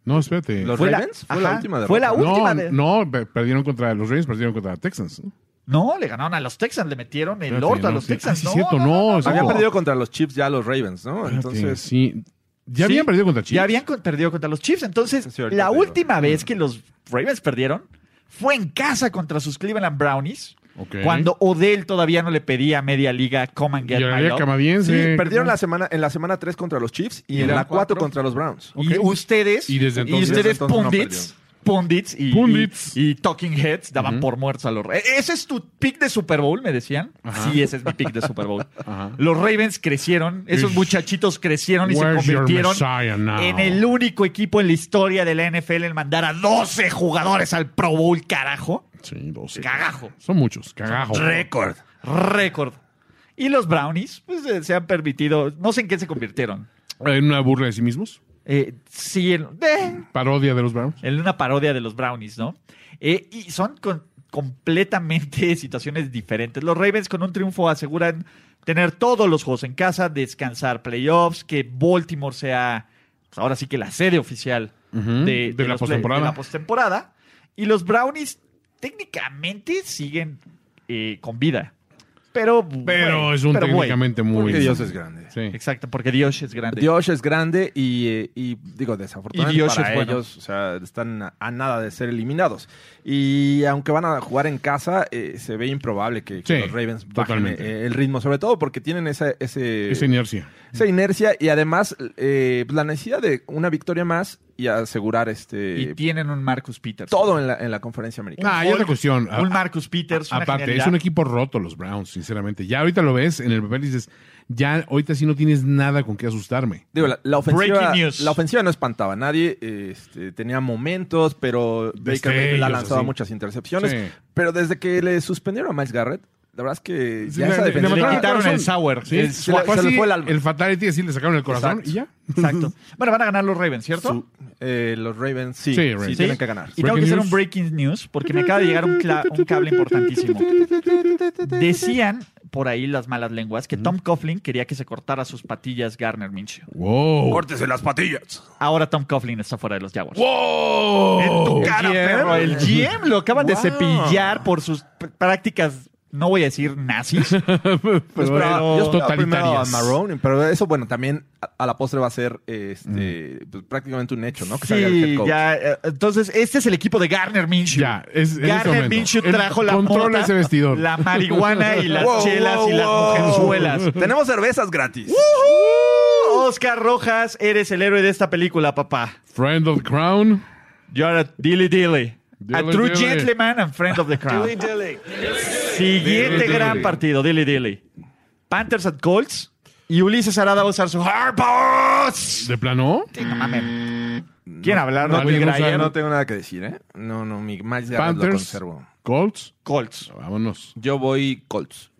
Speaker 1: No, espérate.
Speaker 2: <laughs> ¿Los
Speaker 3: Fue la-
Speaker 2: Ravens? fue la
Speaker 3: ajá,
Speaker 2: última de
Speaker 3: fue la- última
Speaker 1: no,
Speaker 3: de-
Speaker 1: no, pe- perdieron contra los Reyes, perdieron contra Texans. ¿no?
Speaker 3: no, le ganaron a los Texans, le metieron el
Speaker 1: Espérate,
Speaker 3: orto a
Speaker 1: no,
Speaker 3: los
Speaker 1: sí. Ah,
Speaker 3: Texans.
Speaker 1: sí, cierto, no, es
Speaker 2: Habían
Speaker 1: No.
Speaker 2: perdido contra los Chiefs ya los Ravens, ¿no?
Speaker 3: Ah,
Speaker 1: Espérate,
Speaker 2: Entonces,
Speaker 1: sí. Ya
Speaker 3: Sí,
Speaker 1: habían perdido contra Chiefs.
Speaker 3: Ya habían con- perdido contra los Chiefs. Entonces,
Speaker 2: Sí, ahorita
Speaker 3: la
Speaker 2: te digo.
Speaker 3: última
Speaker 1: Mm.
Speaker 3: vez que los Ravens perdieron fue en casa contra sus Cleveland Brownies.
Speaker 1: Ok.
Speaker 3: Cuando Odell todavía no le pedía a media liga come and get
Speaker 1: Y
Speaker 3: my
Speaker 1: había
Speaker 3: love".
Speaker 2: sí,
Speaker 1: canadiense.
Speaker 2: perdieron la semana, en la semana 3 contra los Chiefs y, en la 4 contra los Browns.
Speaker 3: Y
Speaker 1: Ok.
Speaker 3: ustedes,
Speaker 1: Y desde entonces-
Speaker 3: ustedes
Speaker 2: desde entonces no
Speaker 3: pundits, pundits y,
Speaker 1: Pundits.
Speaker 3: y- y talking heads daban por muertos a los Ra- Ese es tu pick de Super Bowl, me decían. Sí, ese es mi pick de Super
Speaker 1: <laughs>
Speaker 3: Bowl. Los Ravens crecieron, esos
Speaker 1: Ish.
Speaker 3: muchachitos crecieron y se
Speaker 1: Where's your
Speaker 3: convirtieron
Speaker 1: Messiah now?
Speaker 3: en el único equipo en la historia de la NFL en mandar a 12 jugadores al Pro Bowl, carajo.
Speaker 1: Sí, 12.
Speaker 3: Cagajo.
Speaker 1: Son muchos, cagajo.
Speaker 3: Récord. Récord. Y los Brownies, pues eh, se han permitido, no sé en qué se convirtieron.
Speaker 1: ¿En una burla de sí mismos?
Speaker 3: Eh, sí, en- eh,
Speaker 1: ¿Parodia de los Browns?
Speaker 3: en una parodia de los Brownies, ¿no? Eh, y son con- completamente <laughs> situaciones diferentes. Los Ravens con un triunfo aseguran tener todos los juegos en casa, descansar playoffs, que Baltimore sea pues, ahora sí que la sede oficial
Speaker 1: Ujú,
Speaker 3: de,
Speaker 1: de
Speaker 3: de
Speaker 1: la
Speaker 3: los play-
Speaker 1: postemporada.
Speaker 3: de la postemporada. Y los Brownies técnicamente siguen eh, con vida. Pero,
Speaker 1: Pero
Speaker 3: güey,
Speaker 1: es un
Speaker 3: pero, güey.
Speaker 1: técnicamente muy.
Speaker 2: Porque Dios es grande. Este,
Speaker 1: Sí.
Speaker 3: Exacto, porque Dios es grande.
Speaker 2: Dios es grande y, eh, y, digo, desafortunadamente
Speaker 3: Y Dios
Speaker 2: para
Speaker 3: es bueno.
Speaker 2: ellos, o sea, están a, a nada de ser eliminados. Y aunque van a jugar en casa, eh, se ve improbable que, que
Speaker 1: Sí,
Speaker 2: los Ravens bajen
Speaker 1: totalmente.
Speaker 2: eh, el ritmo, sobre todo porque tienen esa, ese,
Speaker 1: Esa inercia.
Speaker 2: esa inercia y además eh, la necesidad de una victoria más y
Speaker 3: Y
Speaker 2: asegurar
Speaker 1: eh,
Speaker 2: este
Speaker 3: tienen un Marcus Peters.
Speaker 2: todo en la, en la conferencia americana.
Speaker 1: Ah, y otra cuestión.
Speaker 3: Un Marcus Peters. una
Speaker 1: Aparte, es
Speaker 3: genialidad.
Speaker 1: un equipo roto los Browns, sinceramente. Ya ahorita lo ves en el papel y dices, ya ahorita sí no tienes nada con qué asustarme.
Speaker 2: Digo, la, la ofensiva,
Speaker 3: Breaking news.
Speaker 2: la ofensiva no espantaba a nadie, este, tenía momentos, pero Baker Mayfield
Speaker 1: Destellos,
Speaker 2: ha lanzado
Speaker 1: así.
Speaker 2: muchas intercepciones.
Speaker 1: Sí.
Speaker 2: Pero desde que le suspendieron a Miles Garrett, la verdad es que
Speaker 1: Sí,
Speaker 2: ya
Speaker 1: le-
Speaker 2: esa
Speaker 1: le
Speaker 2: defensiva-
Speaker 3: Le
Speaker 1: mataron
Speaker 3: quitaron
Speaker 1: corazón.
Speaker 3: el sour.
Speaker 1: Sí,
Speaker 3: el
Speaker 2: se la-
Speaker 3: swag.
Speaker 1: Fue
Speaker 2: se le
Speaker 1: así
Speaker 2: fue el alma.
Speaker 1: fatality, así le sacaron el corazón
Speaker 2: Exacto.
Speaker 1: y ya.
Speaker 3: Exacto. Bueno, van a ganar los Ravens, ¿cierto?
Speaker 2: Su- eh, los Ravens sí,
Speaker 1: Sí,
Speaker 2: sí,
Speaker 1: Ravens.
Speaker 2: tienen que ganar.
Speaker 3: Y tengo que
Speaker 1: Breaking
Speaker 3: hacer
Speaker 1: news.
Speaker 3: un breaking news porque me acaba de llegar un, cla- un cable importantísimo. Decían por ahí las malas lenguas que Tom Coughlin quería que se cortara sus patillas Garner Minshew.
Speaker 1: Wow.
Speaker 2: Córtese las patillas.
Speaker 3: Ahora Tom Coughlin está fuera de los Jaguars.
Speaker 1: ¡Wow!
Speaker 3: En tu cara,
Speaker 2: GM.
Speaker 3: perro. El GM lo acaban de
Speaker 2: Wow.
Speaker 3: cepillar por sus p- prácticas, no voy a decir
Speaker 2: <laughs>
Speaker 3: nazis.
Speaker 2: Pues
Speaker 1: Pero
Speaker 2: pero, yo esperaba primero a
Speaker 1: totalitarias.
Speaker 2: Marrone, pero eso, bueno, también a, a la postre va a ser este, pues, prácticamente un hecho, ¿no? Que salga el head
Speaker 3: Mm. Sí,
Speaker 2: coach.
Speaker 3: ya. eh, Entonces, este es el equipo de Garner Minshew.
Speaker 1: Ya, es en este
Speaker 3: Garner
Speaker 1: momento.
Speaker 3: Minshew
Speaker 1: Él
Speaker 3: trajo la
Speaker 1: Controla
Speaker 3: mota,
Speaker 1: ese vestidor.
Speaker 3: la marihuana y
Speaker 1: <laughs>
Speaker 3: las
Speaker 2: Wow,
Speaker 3: chelas y
Speaker 2: wow,
Speaker 3: las Uh,
Speaker 2: wow.
Speaker 3: mujerzuelas.
Speaker 2: <laughs> Tenemos cervezas gratis.
Speaker 3: Oscar Rojas, eres el héroe de esta película, papá.
Speaker 1: Friend of the Crown.
Speaker 3: You're a dilly dilly. A
Speaker 1: Dilly
Speaker 3: true
Speaker 1: dilly.
Speaker 3: gentleman and friend of the crown. Siguiente
Speaker 1: Dilly
Speaker 3: gran
Speaker 1: dilly.
Speaker 3: partido, dilly dilly. Panthers at Colts. Y Ulises Arada va a usar su Harpos.
Speaker 1: ¿De plano?
Speaker 3: No mames. ¿Quieren hablar
Speaker 1: no
Speaker 3: de Will
Speaker 1: tengo-
Speaker 3: Grier?
Speaker 2: No tengo nada que decir, ¿eh? No, no, mi Miles Garrett lo
Speaker 1: Panthers.
Speaker 2: conservo.
Speaker 1: Colts.
Speaker 3: Colts.
Speaker 1: Vámonos.
Speaker 2: Yo voy Colts.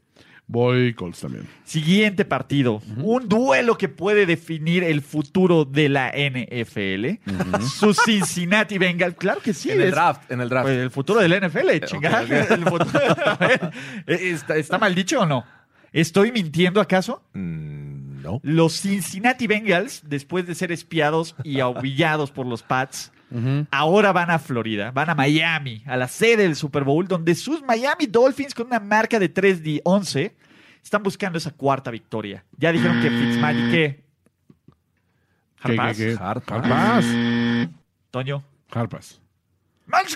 Speaker 1: Voy Colts también.
Speaker 3: Siguiente partido. Un duelo que puede definir el futuro de la NFL. Su Cincinnati Bengals. Claro que sí.
Speaker 2: en el
Speaker 3: es-
Speaker 2: draft, en el draft.
Speaker 3: Pues el futuro del NFL, chingada. <laughs>
Speaker 2: ok.
Speaker 3: El futuro- A ver, ¿E, ¿está, está mal dicho o no? ¿Estoy mintiendo acaso?
Speaker 2: Mm, no.
Speaker 3: Los Cincinnati Bengals, después de ser espiados y humillados por los Pats, ahora van a Florida, van a Miami, a la sede del Super Bowl, donde sus Miami Dolphins, con una marca de 3-11, están buscando esa cuarta victoria. Ya dijeron que Fitzmagic, ¿qué?
Speaker 1: ¿Qué,
Speaker 3: ¿Harpas?
Speaker 1: qué, qué?
Speaker 2: Harpas.
Speaker 1: Harpas.
Speaker 3: ¿Toño?
Speaker 1: Harpas.
Speaker 3: ¡Max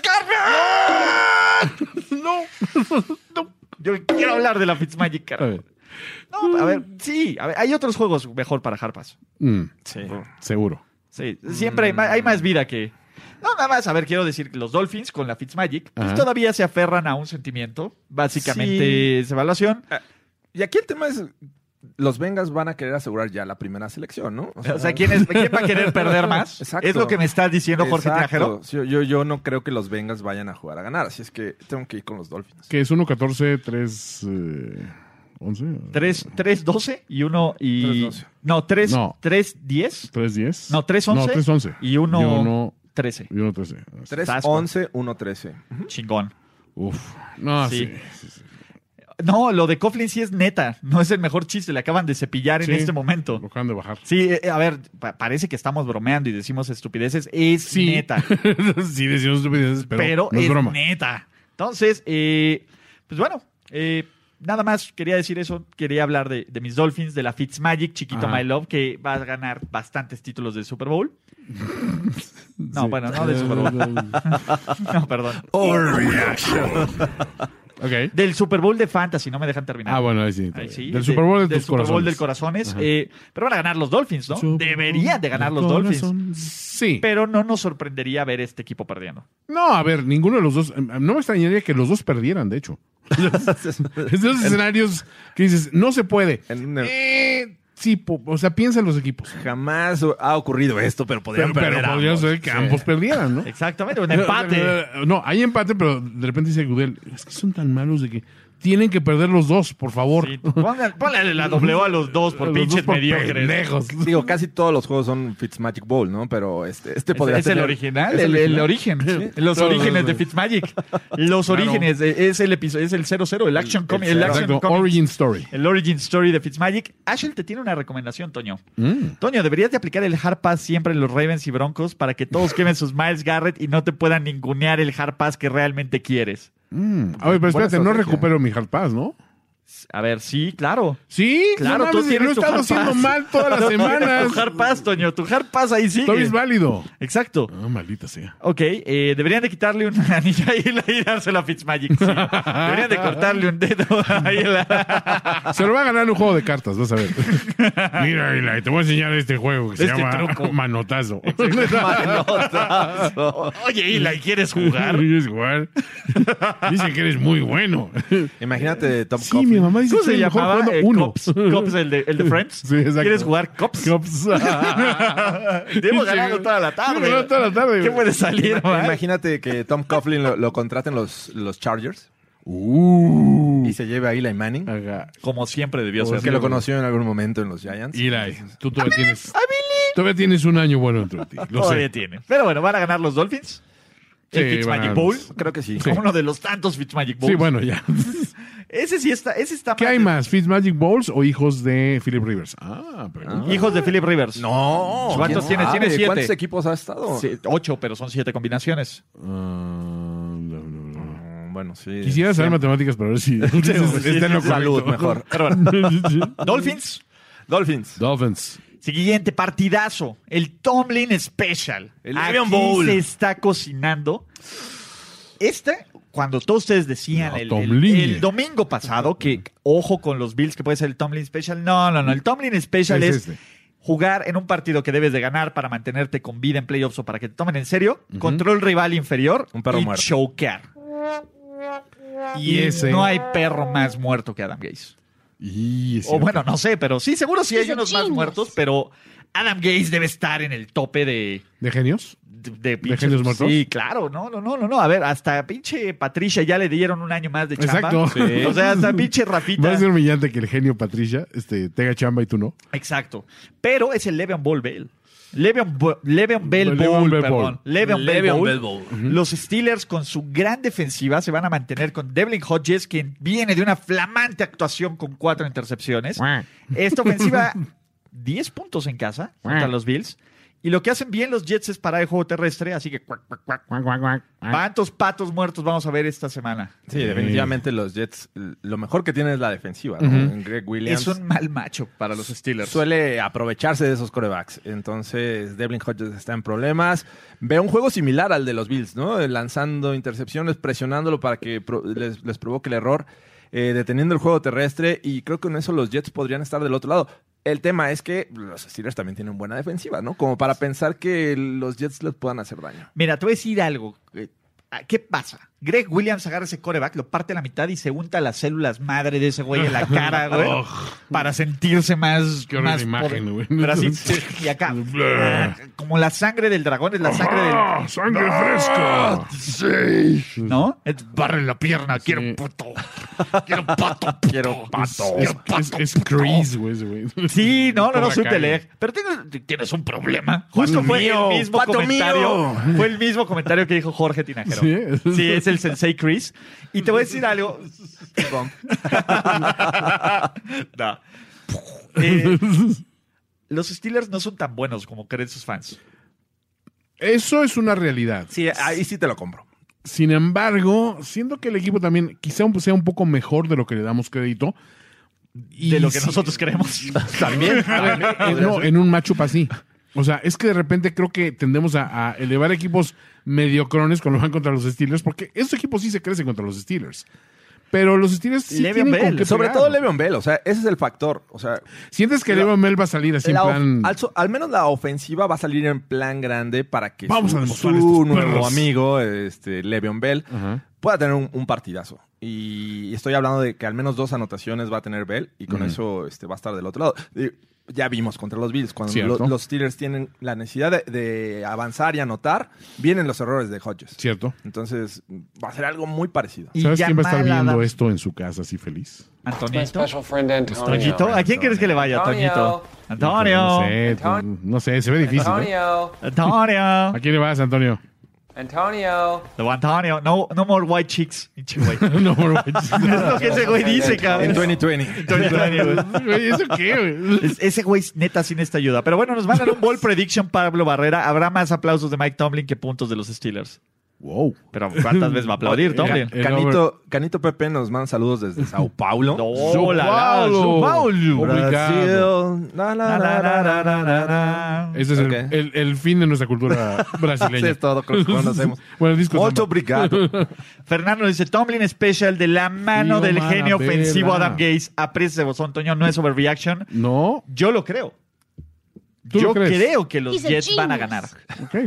Speaker 3: Garner! no. <laughs> no. Yo quiero hablar de la Fitzmagic,
Speaker 1: A
Speaker 3: carajo.
Speaker 1: ver.
Speaker 3: No, a ver, sí, a ver, hay otros juegos mejor para Harpas.
Speaker 1: Mm,
Speaker 2: Sí.
Speaker 1: seguro.
Speaker 3: Sí, siempre hay ma-
Speaker 1: Mm.
Speaker 3: hay más vida que. No, nada más, a ver, quiero decir que los Dolphins con la Fitzmagic pues,
Speaker 1: Ajá.
Speaker 3: todavía se aferran a un sentimiento, básicamente es evaluación.
Speaker 2: Y aquí el tema es los Bengals van a querer asegurar ya la primera selección, ¿no?
Speaker 3: O sea, ¿quién, es- quién va a querer perder
Speaker 1: <laughs>
Speaker 3: más?
Speaker 2: Exacto.
Speaker 3: Es lo que me estás diciendo, Jorge
Speaker 2: Exacto.
Speaker 3: Tinajero.
Speaker 2: Sí, yo, yo no creo que los Bengals vayan a jugar a ganar, así es que tengo que ir con los Dolphins.
Speaker 1: Que es 1-14, 3... eh, 11.
Speaker 3: 3, 3, 12 y 1 y...
Speaker 2: 3-12.
Speaker 3: No, 3,
Speaker 1: No.
Speaker 3: 3, 10.
Speaker 1: 3-10.
Speaker 3: No, 3, 11.
Speaker 1: No, 3-11.
Speaker 3: Y 1,
Speaker 1: Y uno-
Speaker 3: 13.
Speaker 1: Y 1-13.
Speaker 2: 3-11, 1-13.
Speaker 3: Chingón.
Speaker 1: Uf. No,
Speaker 3: Sí.
Speaker 1: sí.
Speaker 3: No, lo de Coughlin sí es neta. No es el mejor chiste. Le acaban de cepillar
Speaker 1: Sí.
Speaker 3: en este momento.
Speaker 1: Lo acaban de bajar.
Speaker 3: Sí, eh, a ver, pa- parece que estamos bromeando y decimos estupideces. Es
Speaker 1: Sí.
Speaker 3: neta.
Speaker 1: <laughs> sí, decimos estupideces,
Speaker 3: pero
Speaker 1: pero, no es,
Speaker 3: es,
Speaker 1: broma.
Speaker 3: neta. Entonces, eh, pues bueno, eh, nada más quería decir eso. Quería hablar de, de mis Dolphins, de la Fitzmagic, chiquito
Speaker 1: Ajá.
Speaker 3: My Love, que va a ganar bastantes títulos de Super Bowl. <laughs> No,
Speaker 1: Sí.
Speaker 3: bueno, no de
Speaker 1: <laughs>
Speaker 3: Super Bowl. No, perdón.
Speaker 1: ok.
Speaker 3: Del Super Bowl de Fantasy, no me dejan terminar.
Speaker 1: Ah, bueno, ahí sí.
Speaker 3: Ahí sí, de-
Speaker 1: del Super Bowl de
Speaker 3: del
Speaker 1: tus
Speaker 3: Super Bowl
Speaker 1: corazones.
Speaker 3: del corazones. eh, pero van a ganar los Dolphins, ¿no? Deberían de ganar los Dolphins.
Speaker 1: Corazón. Sí.
Speaker 3: Pero no nos sorprendería ver este equipo perdiendo.
Speaker 1: No, a ver, ninguno de los dos. eh, No me extrañaría que los dos perdieran, de
Speaker 3: <laughs>
Speaker 1: hecho. <laughs> Es de esos escenarios que dices, no se puede.
Speaker 2: En- er- en-
Speaker 1: Eh, sí, po- o sea, piensa en los equipos.
Speaker 2: Jamás ha ocurrido esto, pero podrían
Speaker 1: Pero, pero
Speaker 2: perder
Speaker 1: podría
Speaker 2: ambos.
Speaker 1: ser que ambos perdieran, ¿no? Eh,
Speaker 3: Exactamente, un <laughs>
Speaker 1: <laughs>
Speaker 3: empate.
Speaker 1: No, hay empate, pero de repente dice Gudel, es que son tan malos de que tienen que perder los dos, por favor.
Speaker 3: Sí, pongan- Pónganle la W a los dos por
Speaker 1: Los dos
Speaker 3: pinches
Speaker 1: por
Speaker 3: mediocres.
Speaker 1: pendejos.
Speaker 2: Digo, casi todos los juegos son Fitzmagic Bowl, ¿no? Pero este, este podría
Speaker 3: Es, es el
Speaker 2: tener-
Speaker 3: original,
Speaker 2: ¿Es
Speaker 3: el,
Speaker 2: el
Speaker 3: el origen. <laughs> Los
Speaker 1: Todos
Speaker 3: orígenes
Speaker 1: los-
Speaker 3: de Fitzmagic. Los orígenes, de- es el episodio, es el 00, el Action Comic. El,
Speaker 2: cero.
Speaker 3: action
Speaker 1: Exacto,
Speaker 3: comic,
Speaker 1: Origin Story.
Speaker 3: el Origin Story de Fitzmagic. Ashel te tiene una recomendación, Toño.
Speaker 1: Mm.
Speaker 3: Toño, deberías de aplicar el hard pass siempre en los Ravens y Broncos para que todos quemen sus Miles Garrett y no te puedan ningunear el hard pass que realmente quieres.
Speaker 1: Mm. A ver, pero espérate, no
Speaker 2: estrategia.
Speaker 1: recupero mi hard pass, ¿no?
Speaker 3: A ver, sí, claro.
Speaker 1: Sí,
Speaker 3: Claro,
Speaker 1: no
Speaker 3: tú
Speaker 1: mames,
Speaker 3: tienes
Speaker 1: lo he
Speaker 3: tu
Speaker 1: estado
Speaker 3: hard
Speaker 1: haciendo
Speaker 3: pass.
Speaker 1: mal
Speaker 3: <laughs>
Speaker 1: todas las semanas.
Speaker 3: Tu hard pass, Toño, tu hard pass ahí sí.
Speaker 1: Todo es válido.
Speaker 3: Exacto.
Speaker 1: Ah, maldita sea.
Speaker 3: Ok, eh, deberían de quitarle un <laughs> anillo ahí y dárselo a Fitzmagic. sí. Deberían de cortarle un dedo <laughs> ahí. la-
Speaker 1: Se lo va a ganar un juego de cartas, vas a ver. <laughs> Mira, Eli, te voy a enseñar este juego que se
Speaker 3: Este
Speaker 1: llama
Speaker 3: truco. <laughs>
Speaker 1: Manotazo.
Speaker 3: <laughs> Oye, Ila, ¿y ¿quieres jugar?
Speaker 1: Es igual. Dicen que eres muy bueno.
Speaker 2: Imagínate Tom
Speaker 1: Eh, Sí,
Speaker 2: Coughlin.
Speaker 1: mi mamá dice
Speaker 3: ¿Cómo
Speaker 1: que
Speaker 3: se
Speaker 1: soy el mejor
Speaker 3: llamaba?
Speaker 1: jugando
Speaker 3: Eh,
Speaker 1: uno.
Speaker 3: Cops. Cops, el de, el de Friends.
Speaker 1: Sí, exacto.
Speaker 3: ¿Quieres jugar Cops?
Speaker 1: <laughs>
Speaker 3: <laughs>
Speaker 1: Cops.
Speaker 3: Te hemos ganado toda la tarde.
Speaker 1: Hemos ganado toda la tarde.
Speaker 3: Ah, ¿Qué puede salir?
Speaker 2: Ima-
Speaker 3: man?
Speaker 2: Imagínate que Tom Coughlin lo, lo contraten los, los Chargers
Speaker 1: Uh. Ah, pues,
Speaker 2: y se lleve a Eli Manning,
Speaker 1: Haga-
Speaker 3: Como siempre debió ser.
Speaker 2: que lo conoció en algún momento en los Giants.
Speaker 1: Eli, tú todavía tienes. Todavía tienes un año bueno dentro de ti. Lo
Speaker 3: Todavía
Speaker 1: sé.
Speaker 3: tiene. Pero bueno, ¿van a ganar los Dolphins? El
Speaker 1: Sí,
Speaker 3: Fitzmagic
Speaker 1: van a-
Speaker 3: Bowl.
Speaker 2: Creo que sí.
Speaker 3: Uno de los tantos Fitzmagic Bowls.
Speaker 1: Sí, bueno, ya.
Speaker 3: <laughs> Ese sí está, ese está
Speaker 1: ¿Qué
Speaker 3: mal.
Speaker 1: hay más? ¿Fitzmagic Bowls o hijos de Philip Rivers? Ah, pregunta.
Speaker 3: Hijos de Philip Rivers.
Speaker 2: No.
Speaker 3: ¿Cuántos
Speaker 2: ¿quién
Speaker 3: tienes?
Speaker 2: sabe?
Speaker 3: Tienes siete.
Speaker 2: ¿Cuántos equipos ha estado?
Speaker 3: Sí, ocho, pero son siete combinaciones.
Speaker 1: Ah, bla, bla, bla.
Speaker 2: Mm, Bueno, sí.
Speaker 1: Quisiera saber matemáticas para
Speaker 3: <laughs>
Speaker 1: ver si está en lo
Speaker 2: Salud,
Speaker 1: correcto.
Speaker 2: mejor.
Speaker 3: Pero bueno.
Speaker 2: Ah,
Speaker 3: Dolphins.
Speaker 2: Dolphins.
Speaker 1: Dolphins.
Speaker 3: Siguiente partidazo. El Tomlin Special.
Speaker 2: El
Speaker 3: Aquí
Speaker 2: Lion Bowl.
Speaker 3: se está cocinando. Este, cuando todos ustedes decían
Speaker 1: No,
Speaker 3: el, el,
Speaker 1: Tomlin.
Speaker 3: el domingo pasado que ojo con los Bills que puede ser el Tomlin Special. No, no, no. El Tomlin Special
Speaker 1: Es
Speaker 3: es,
Speaker 1: este.
Speaker 3: jugar en un partido que debes de ganar para mantenerte con vida en playoffs o para que te tomen en serio. Control rival inferior
Speaker 2: Un perro
Speaker 3: y
Speaker 2: muerto.
Speaker 3: chokear.
Speaker 1: Y ese.
Speaker 3: No hay perro más muerto que Adam Gaze.
Speaker 1: Y ese.
Speaker 3: O bueno, no sé, pero sí, seguro sí hay
Speaker 5: He's a
Speaker 3: unos más
Speaker 5: genius.
Speaker 3: muertos, pero Adam Gaze debe estar en el tope de.
Speaker 1: ¿De genios?
Speaker 3: De, de pinches-
Speaker 1: genios muertos?
Speaker 3: Sí, claro, no, no, no, no, no. A ver, hasta pinche Patricia ya le dieron un año más de chamba.
Speaker 1: Exacto. Sí.
Speaker 3: O sea, hasta pinche
Speaker 1: Va
Speaker 3: Rafita.
Speaker 1: a ser humillante que el genio Patricia este, tenga chamba y tú no.
Speaker 3: Exacto. Pero es el Le'Veon Ball Bell. Le'Veon, Bo- Le'Veon Bell
Speaker 1: Le'Veon
Speaker 3: Bowl,
Speaker 1: Bell Bowl.
Speaker 3: perdón. Le'Veon Bell
Speaker 2: Le'Veon
Speaker 3: Bowl.
Speaker 2: Bell Bowl.
Speaker 3: Los Steelers con su gran defensiva se van a mantener con Devlin Hodges, quien viene de una flamante actuación con cuatro intercepciones. Esta ofensiva, 10 puntos en casa contra los Bills. Y lo que hacen bien los Jets es parar el juego terrestre, así que cuac, cuac, cuac. ¿Cuántos patos muertos vamos a ver esta semana?
Speaker 2: Sí, definitivamente los Jets. l- Lo mejor que tienen es la defensiva. ¿no? Greg Williams.
Speaker 3: Es un mal macho para los Steelers.
Speaker 2: suele aprovecharse de esos corebacks. Entonces, Devlin Hodges está en problemas. Veo un juego similar al de los Bills, ¿no? Eh, Lanzando intercepciones, presionándolo para que pro- les, les provoque el error, eh, deteniendo el juego terrestre. Y creo que con eso los Jets podrían estar del otro lado. El tema es que los Steelers también tienen buena defensiva, ¿no? Como para pensar que los Jets les puedan hacer daño.
Speaker 3: Mira, te voy a decir algo. Eh, ¿Qué pasa? Greg Williams agarra ese coreback, lo parte a la mitad y se unta las células madre de ese güey en la
Speaker 1: <laughs>
Speaker 3: cara, güey.
Speaker 1: Ugh.
Speaker 3: para sentirse más.
Speaker 1: Oh. Qué horrible
Speaker 3: más
Speaker 1: imagen,
Speaker 3: poder.
Speaker 1: güey.
Speaker 3: Pero
Speaker 1: <laughs>
Speaker 3: así, y acá. Ah,
Speaker 1: Blah.
Speaker 3: Como la sangre del dragón es la sangre del. Ah,
Speaker 1: ¡Ah, ¡Sangre fresca! ¡Sí!
Speaker 3: ¿No? Es barre la pierna, quiero un puto. Quiero un pato, puto. <laughs> Quiero pato.
Speaker 1: Es, es, es Crease, güey,
Speaker 3: <laughs>
Speaker 1: ese güey.
Speaker 3: Sí, no, no, no,
Speaker 1: Cobra
Speaker 3: soy
Speaker 1: Kai.
Speaker 3: Peleg. Pero tienes, tienes un problema. Justo fue el mismo
Speaker 2: pato
Speaker 3: comentario.
Speaker 2: mío.
Speaker 3: Fue el mismo comentario que dijo Jorge Tinajero.
Speaker 1: ¿Sí?
Speaker 3: Sí, es el Sensei Chris. Y te voy a decir algo.
Speaker 1: <laughs>
Speaker 3: No. Eh, los Steelers no son tan buenos como creen sus fans.
Speaker 1: Eso es una realidad.
Speaker 2: Sí, ahí sí te lo compro.
Speaker 1: Sin embargo, siento que el equipo también quizá un- sea un poco mejor de lo que le damos crédito. Y
Speaker 3: De lo que
Speaker 1: sí-
Speaker 3: nosotros creemos. <laughs>
Speaker 2: También.
Speaker 1: Eh, no, en un matchup así. O sea, es que de repente creo que tendemos a, a elevar equipos mediocrones cuando van contra los Steelers, porque estos equipos sí se crecen contra los Steelers. Pero los Steelers sí
Speaker 3: Le'Veon
Speaker 1: tienen con
Speaker 3: Bell.
Speaker 1: qué
Speaker 2: Sobre
Speaker 1: pelear.
Speaker 2: todo Le'Veon Bell, o sea, ese es el factor. O sea,
Speaker 1: Sientes que
Speaker 2: La-
Speaker 1: Le'Veon Bell va a salir así en
Speaker 2: la of-
Speaker 1: plan...
Speaker 2: al, so- al menos la ofensiva va a salir en plan grande para que
Speaker 1: Vamos
Speaker 2: su,
Speaker 1: a demostrar a
Speaker 2: su
Speaker 1: estos
Speaker 2: nuevo
Speaker 1: perros.
Speaker 2: amigo, este, Le'Veon Bell,
Speaker 1: Ajá.
Speaker 2: pueda tener un, un partidazo. Y estoy hablando de que al menos dos anotaciones va a tener Bell y con eso este, va a estar del otro lado. Y ya vimos contra los Bills, cuando
Speaker 1: Cierto.
Speaker 2: lo- los Steelers tienen la necesidad de, de avanzar y anotar, vienen los errores de Hodges.
Speaker 1: Cierto.
Speaker 2: Entonces va a ser algo muy parecido.
Speaker 3: Y
Speaker 1: ¿Sabes quién va a estar
Speaker 3: Jamal
Speaker 1: viendo
Speaker 3: Adams-
Speaker 1: esto en su casa así feliz?
Speaker 6: My
Speaker 3: Antonito.
Speaker 7: Pues,
Speaker 6: special friend Antonio.
Speaker 3: Toñito. ¿A quién quieres que le vaya, Toñito?
Speaker 6: Antonio.
Speaker 3: Antonio.
Speaker 1: No sé, tú- no sé, se ve difícil. ¿eh?
Speaker 6: Antonio.
Speaker 3: Antonio.
Speaker 1: ¿A quién le vas, Antonio? <laughs>
Speaker 6: Antonio.
Speaker 3: Lo Antonio. No, no more white chicks. Pinche
Speaker 1: <laughs>
Speaker 3: güey. <laughs> es
Speaker 1: no, por favor.
Speaker 3: lo que ese güey dice,
Speaker 2: En
Speaker 3: cabrón.
Speaker 1: <laughs>
Speaker 2: 2020.
Speaker 3: Antonio, güey.
Speaker 1: Güey, ¿Eso qué, güey?
Speaker 3: Es- ese güey es neta sin esta ayuda. Pero bueno, nos van a dar un ball prediction Pablo Barrera. Habrá más aplausos de Mike Tomlin que puntos de los Steelers.
Speaker 1: Wow.
Speaker 3: Pero ¿cuántas veces va a
Speaker 1: <laughs>
Speaker 3: aplaudir Tomlin?
Speaker 1: El
Speaker 2: Canito, Canito Pepe nos manda saludos
Speaker 8: <laughs>
Speaker 2: desde Sao Paulo.
Speaker 3: No, la- la-
Speaker 1: Sao
Speaker 3: Sao Paulo.
Speaker 1: Paulo.
Speaker 2: Brasil.
Speaker 3: Na,
Speaker 2: La, la, la, la, la, la, la, la.
Speaker 1: Ese es el-
Speaker 2: Ok.
Speaker 1: el, el fin de nuestra cultura brasileña.
Speaker 2: Eso es todo lo
Speaker 8: <laughs>
Speaker 2: que conocemos.
Speaker 1: <laughs> Bueno, el disco
Speaker 2: Mucho
Speaker 1: samba.
Speaker 2: obrigado.
Speaker 3: Fernando dice Tomlin especial de la mano
Speaker 1: Tío
Speaker 3: del
Speaker 1: Mara
Speaker 3: genio
Speaker 1: Vela.
Speaker 3: ofensivo Adam Gaze. Aprecie vos, Antonio, no es overreaction.
Speaker 1: No,
Speaker 3: Yo lo creo.
Speaker 1: ¿Tú
Speaker 3: Yo
Speaker 1: lo crees?
Speaker 3: creo que los
Speaker 9: He's a
Speaker 3: Jets van a
Speaker 9: genius.
Speaker 3: ganar.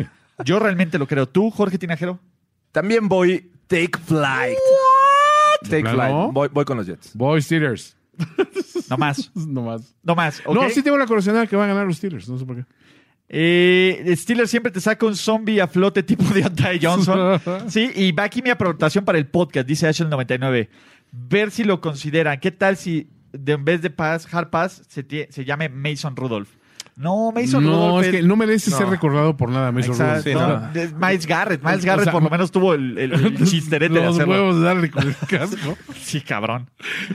Speaker 1: ok.
Speaker 3: Yo realmente lo creo. ¿Tú, Jorge Tinajero?
Speaker 2: También voy Take Flight. Take
Speaker 1: ¿De plano?
Speaker 2: Flight. Voy, voy con los Jets.
Speaker 1: Boy Steelers.
Speaker 3: No más.
Speaker 1: No más.
Speaker 3: No más. ¿ok?
Speaker 1: No, sí tengo la corazonada que van a ganar los Steelers. No sé por qué.
Speaker 3: Eh, Steelers siempre te saca un zombie a flote tipo de Antai
Speaker 1: <laughs>
Speaker 3: Johnson. sí, y va aquí mi aportación para el podcast, dice Ashel99. Ver si lo consideran. ¿Qué tal si de, en vez de Pass, Hard Pass, se, tie- se llame Mason Rudolph? No, Mason
Speaker 1: No,
Speaker 3: Rudolph.
Speaker 1: es que no merece ser
Speaker 2: No.
Speaker 1: recordado por nada, Mason
Speaker 3: Exacto.
Speaker 2: Sí,
Speaker 1: Rudolph.
Speaker 2: no.
Speaker 3: De- Miles Garrett. Miles Garrett
Speaker 1: O sea,
Speaker 3: por lo menos tuvo el, el-
Speaker 1: <laughs>
Speaker 3: el chisterete de
Speaker 1: Los
Speaker 3: hacerlo.
Speaker 1: huevos de darle con el casco.
Speaker 3: Sí, cabrón.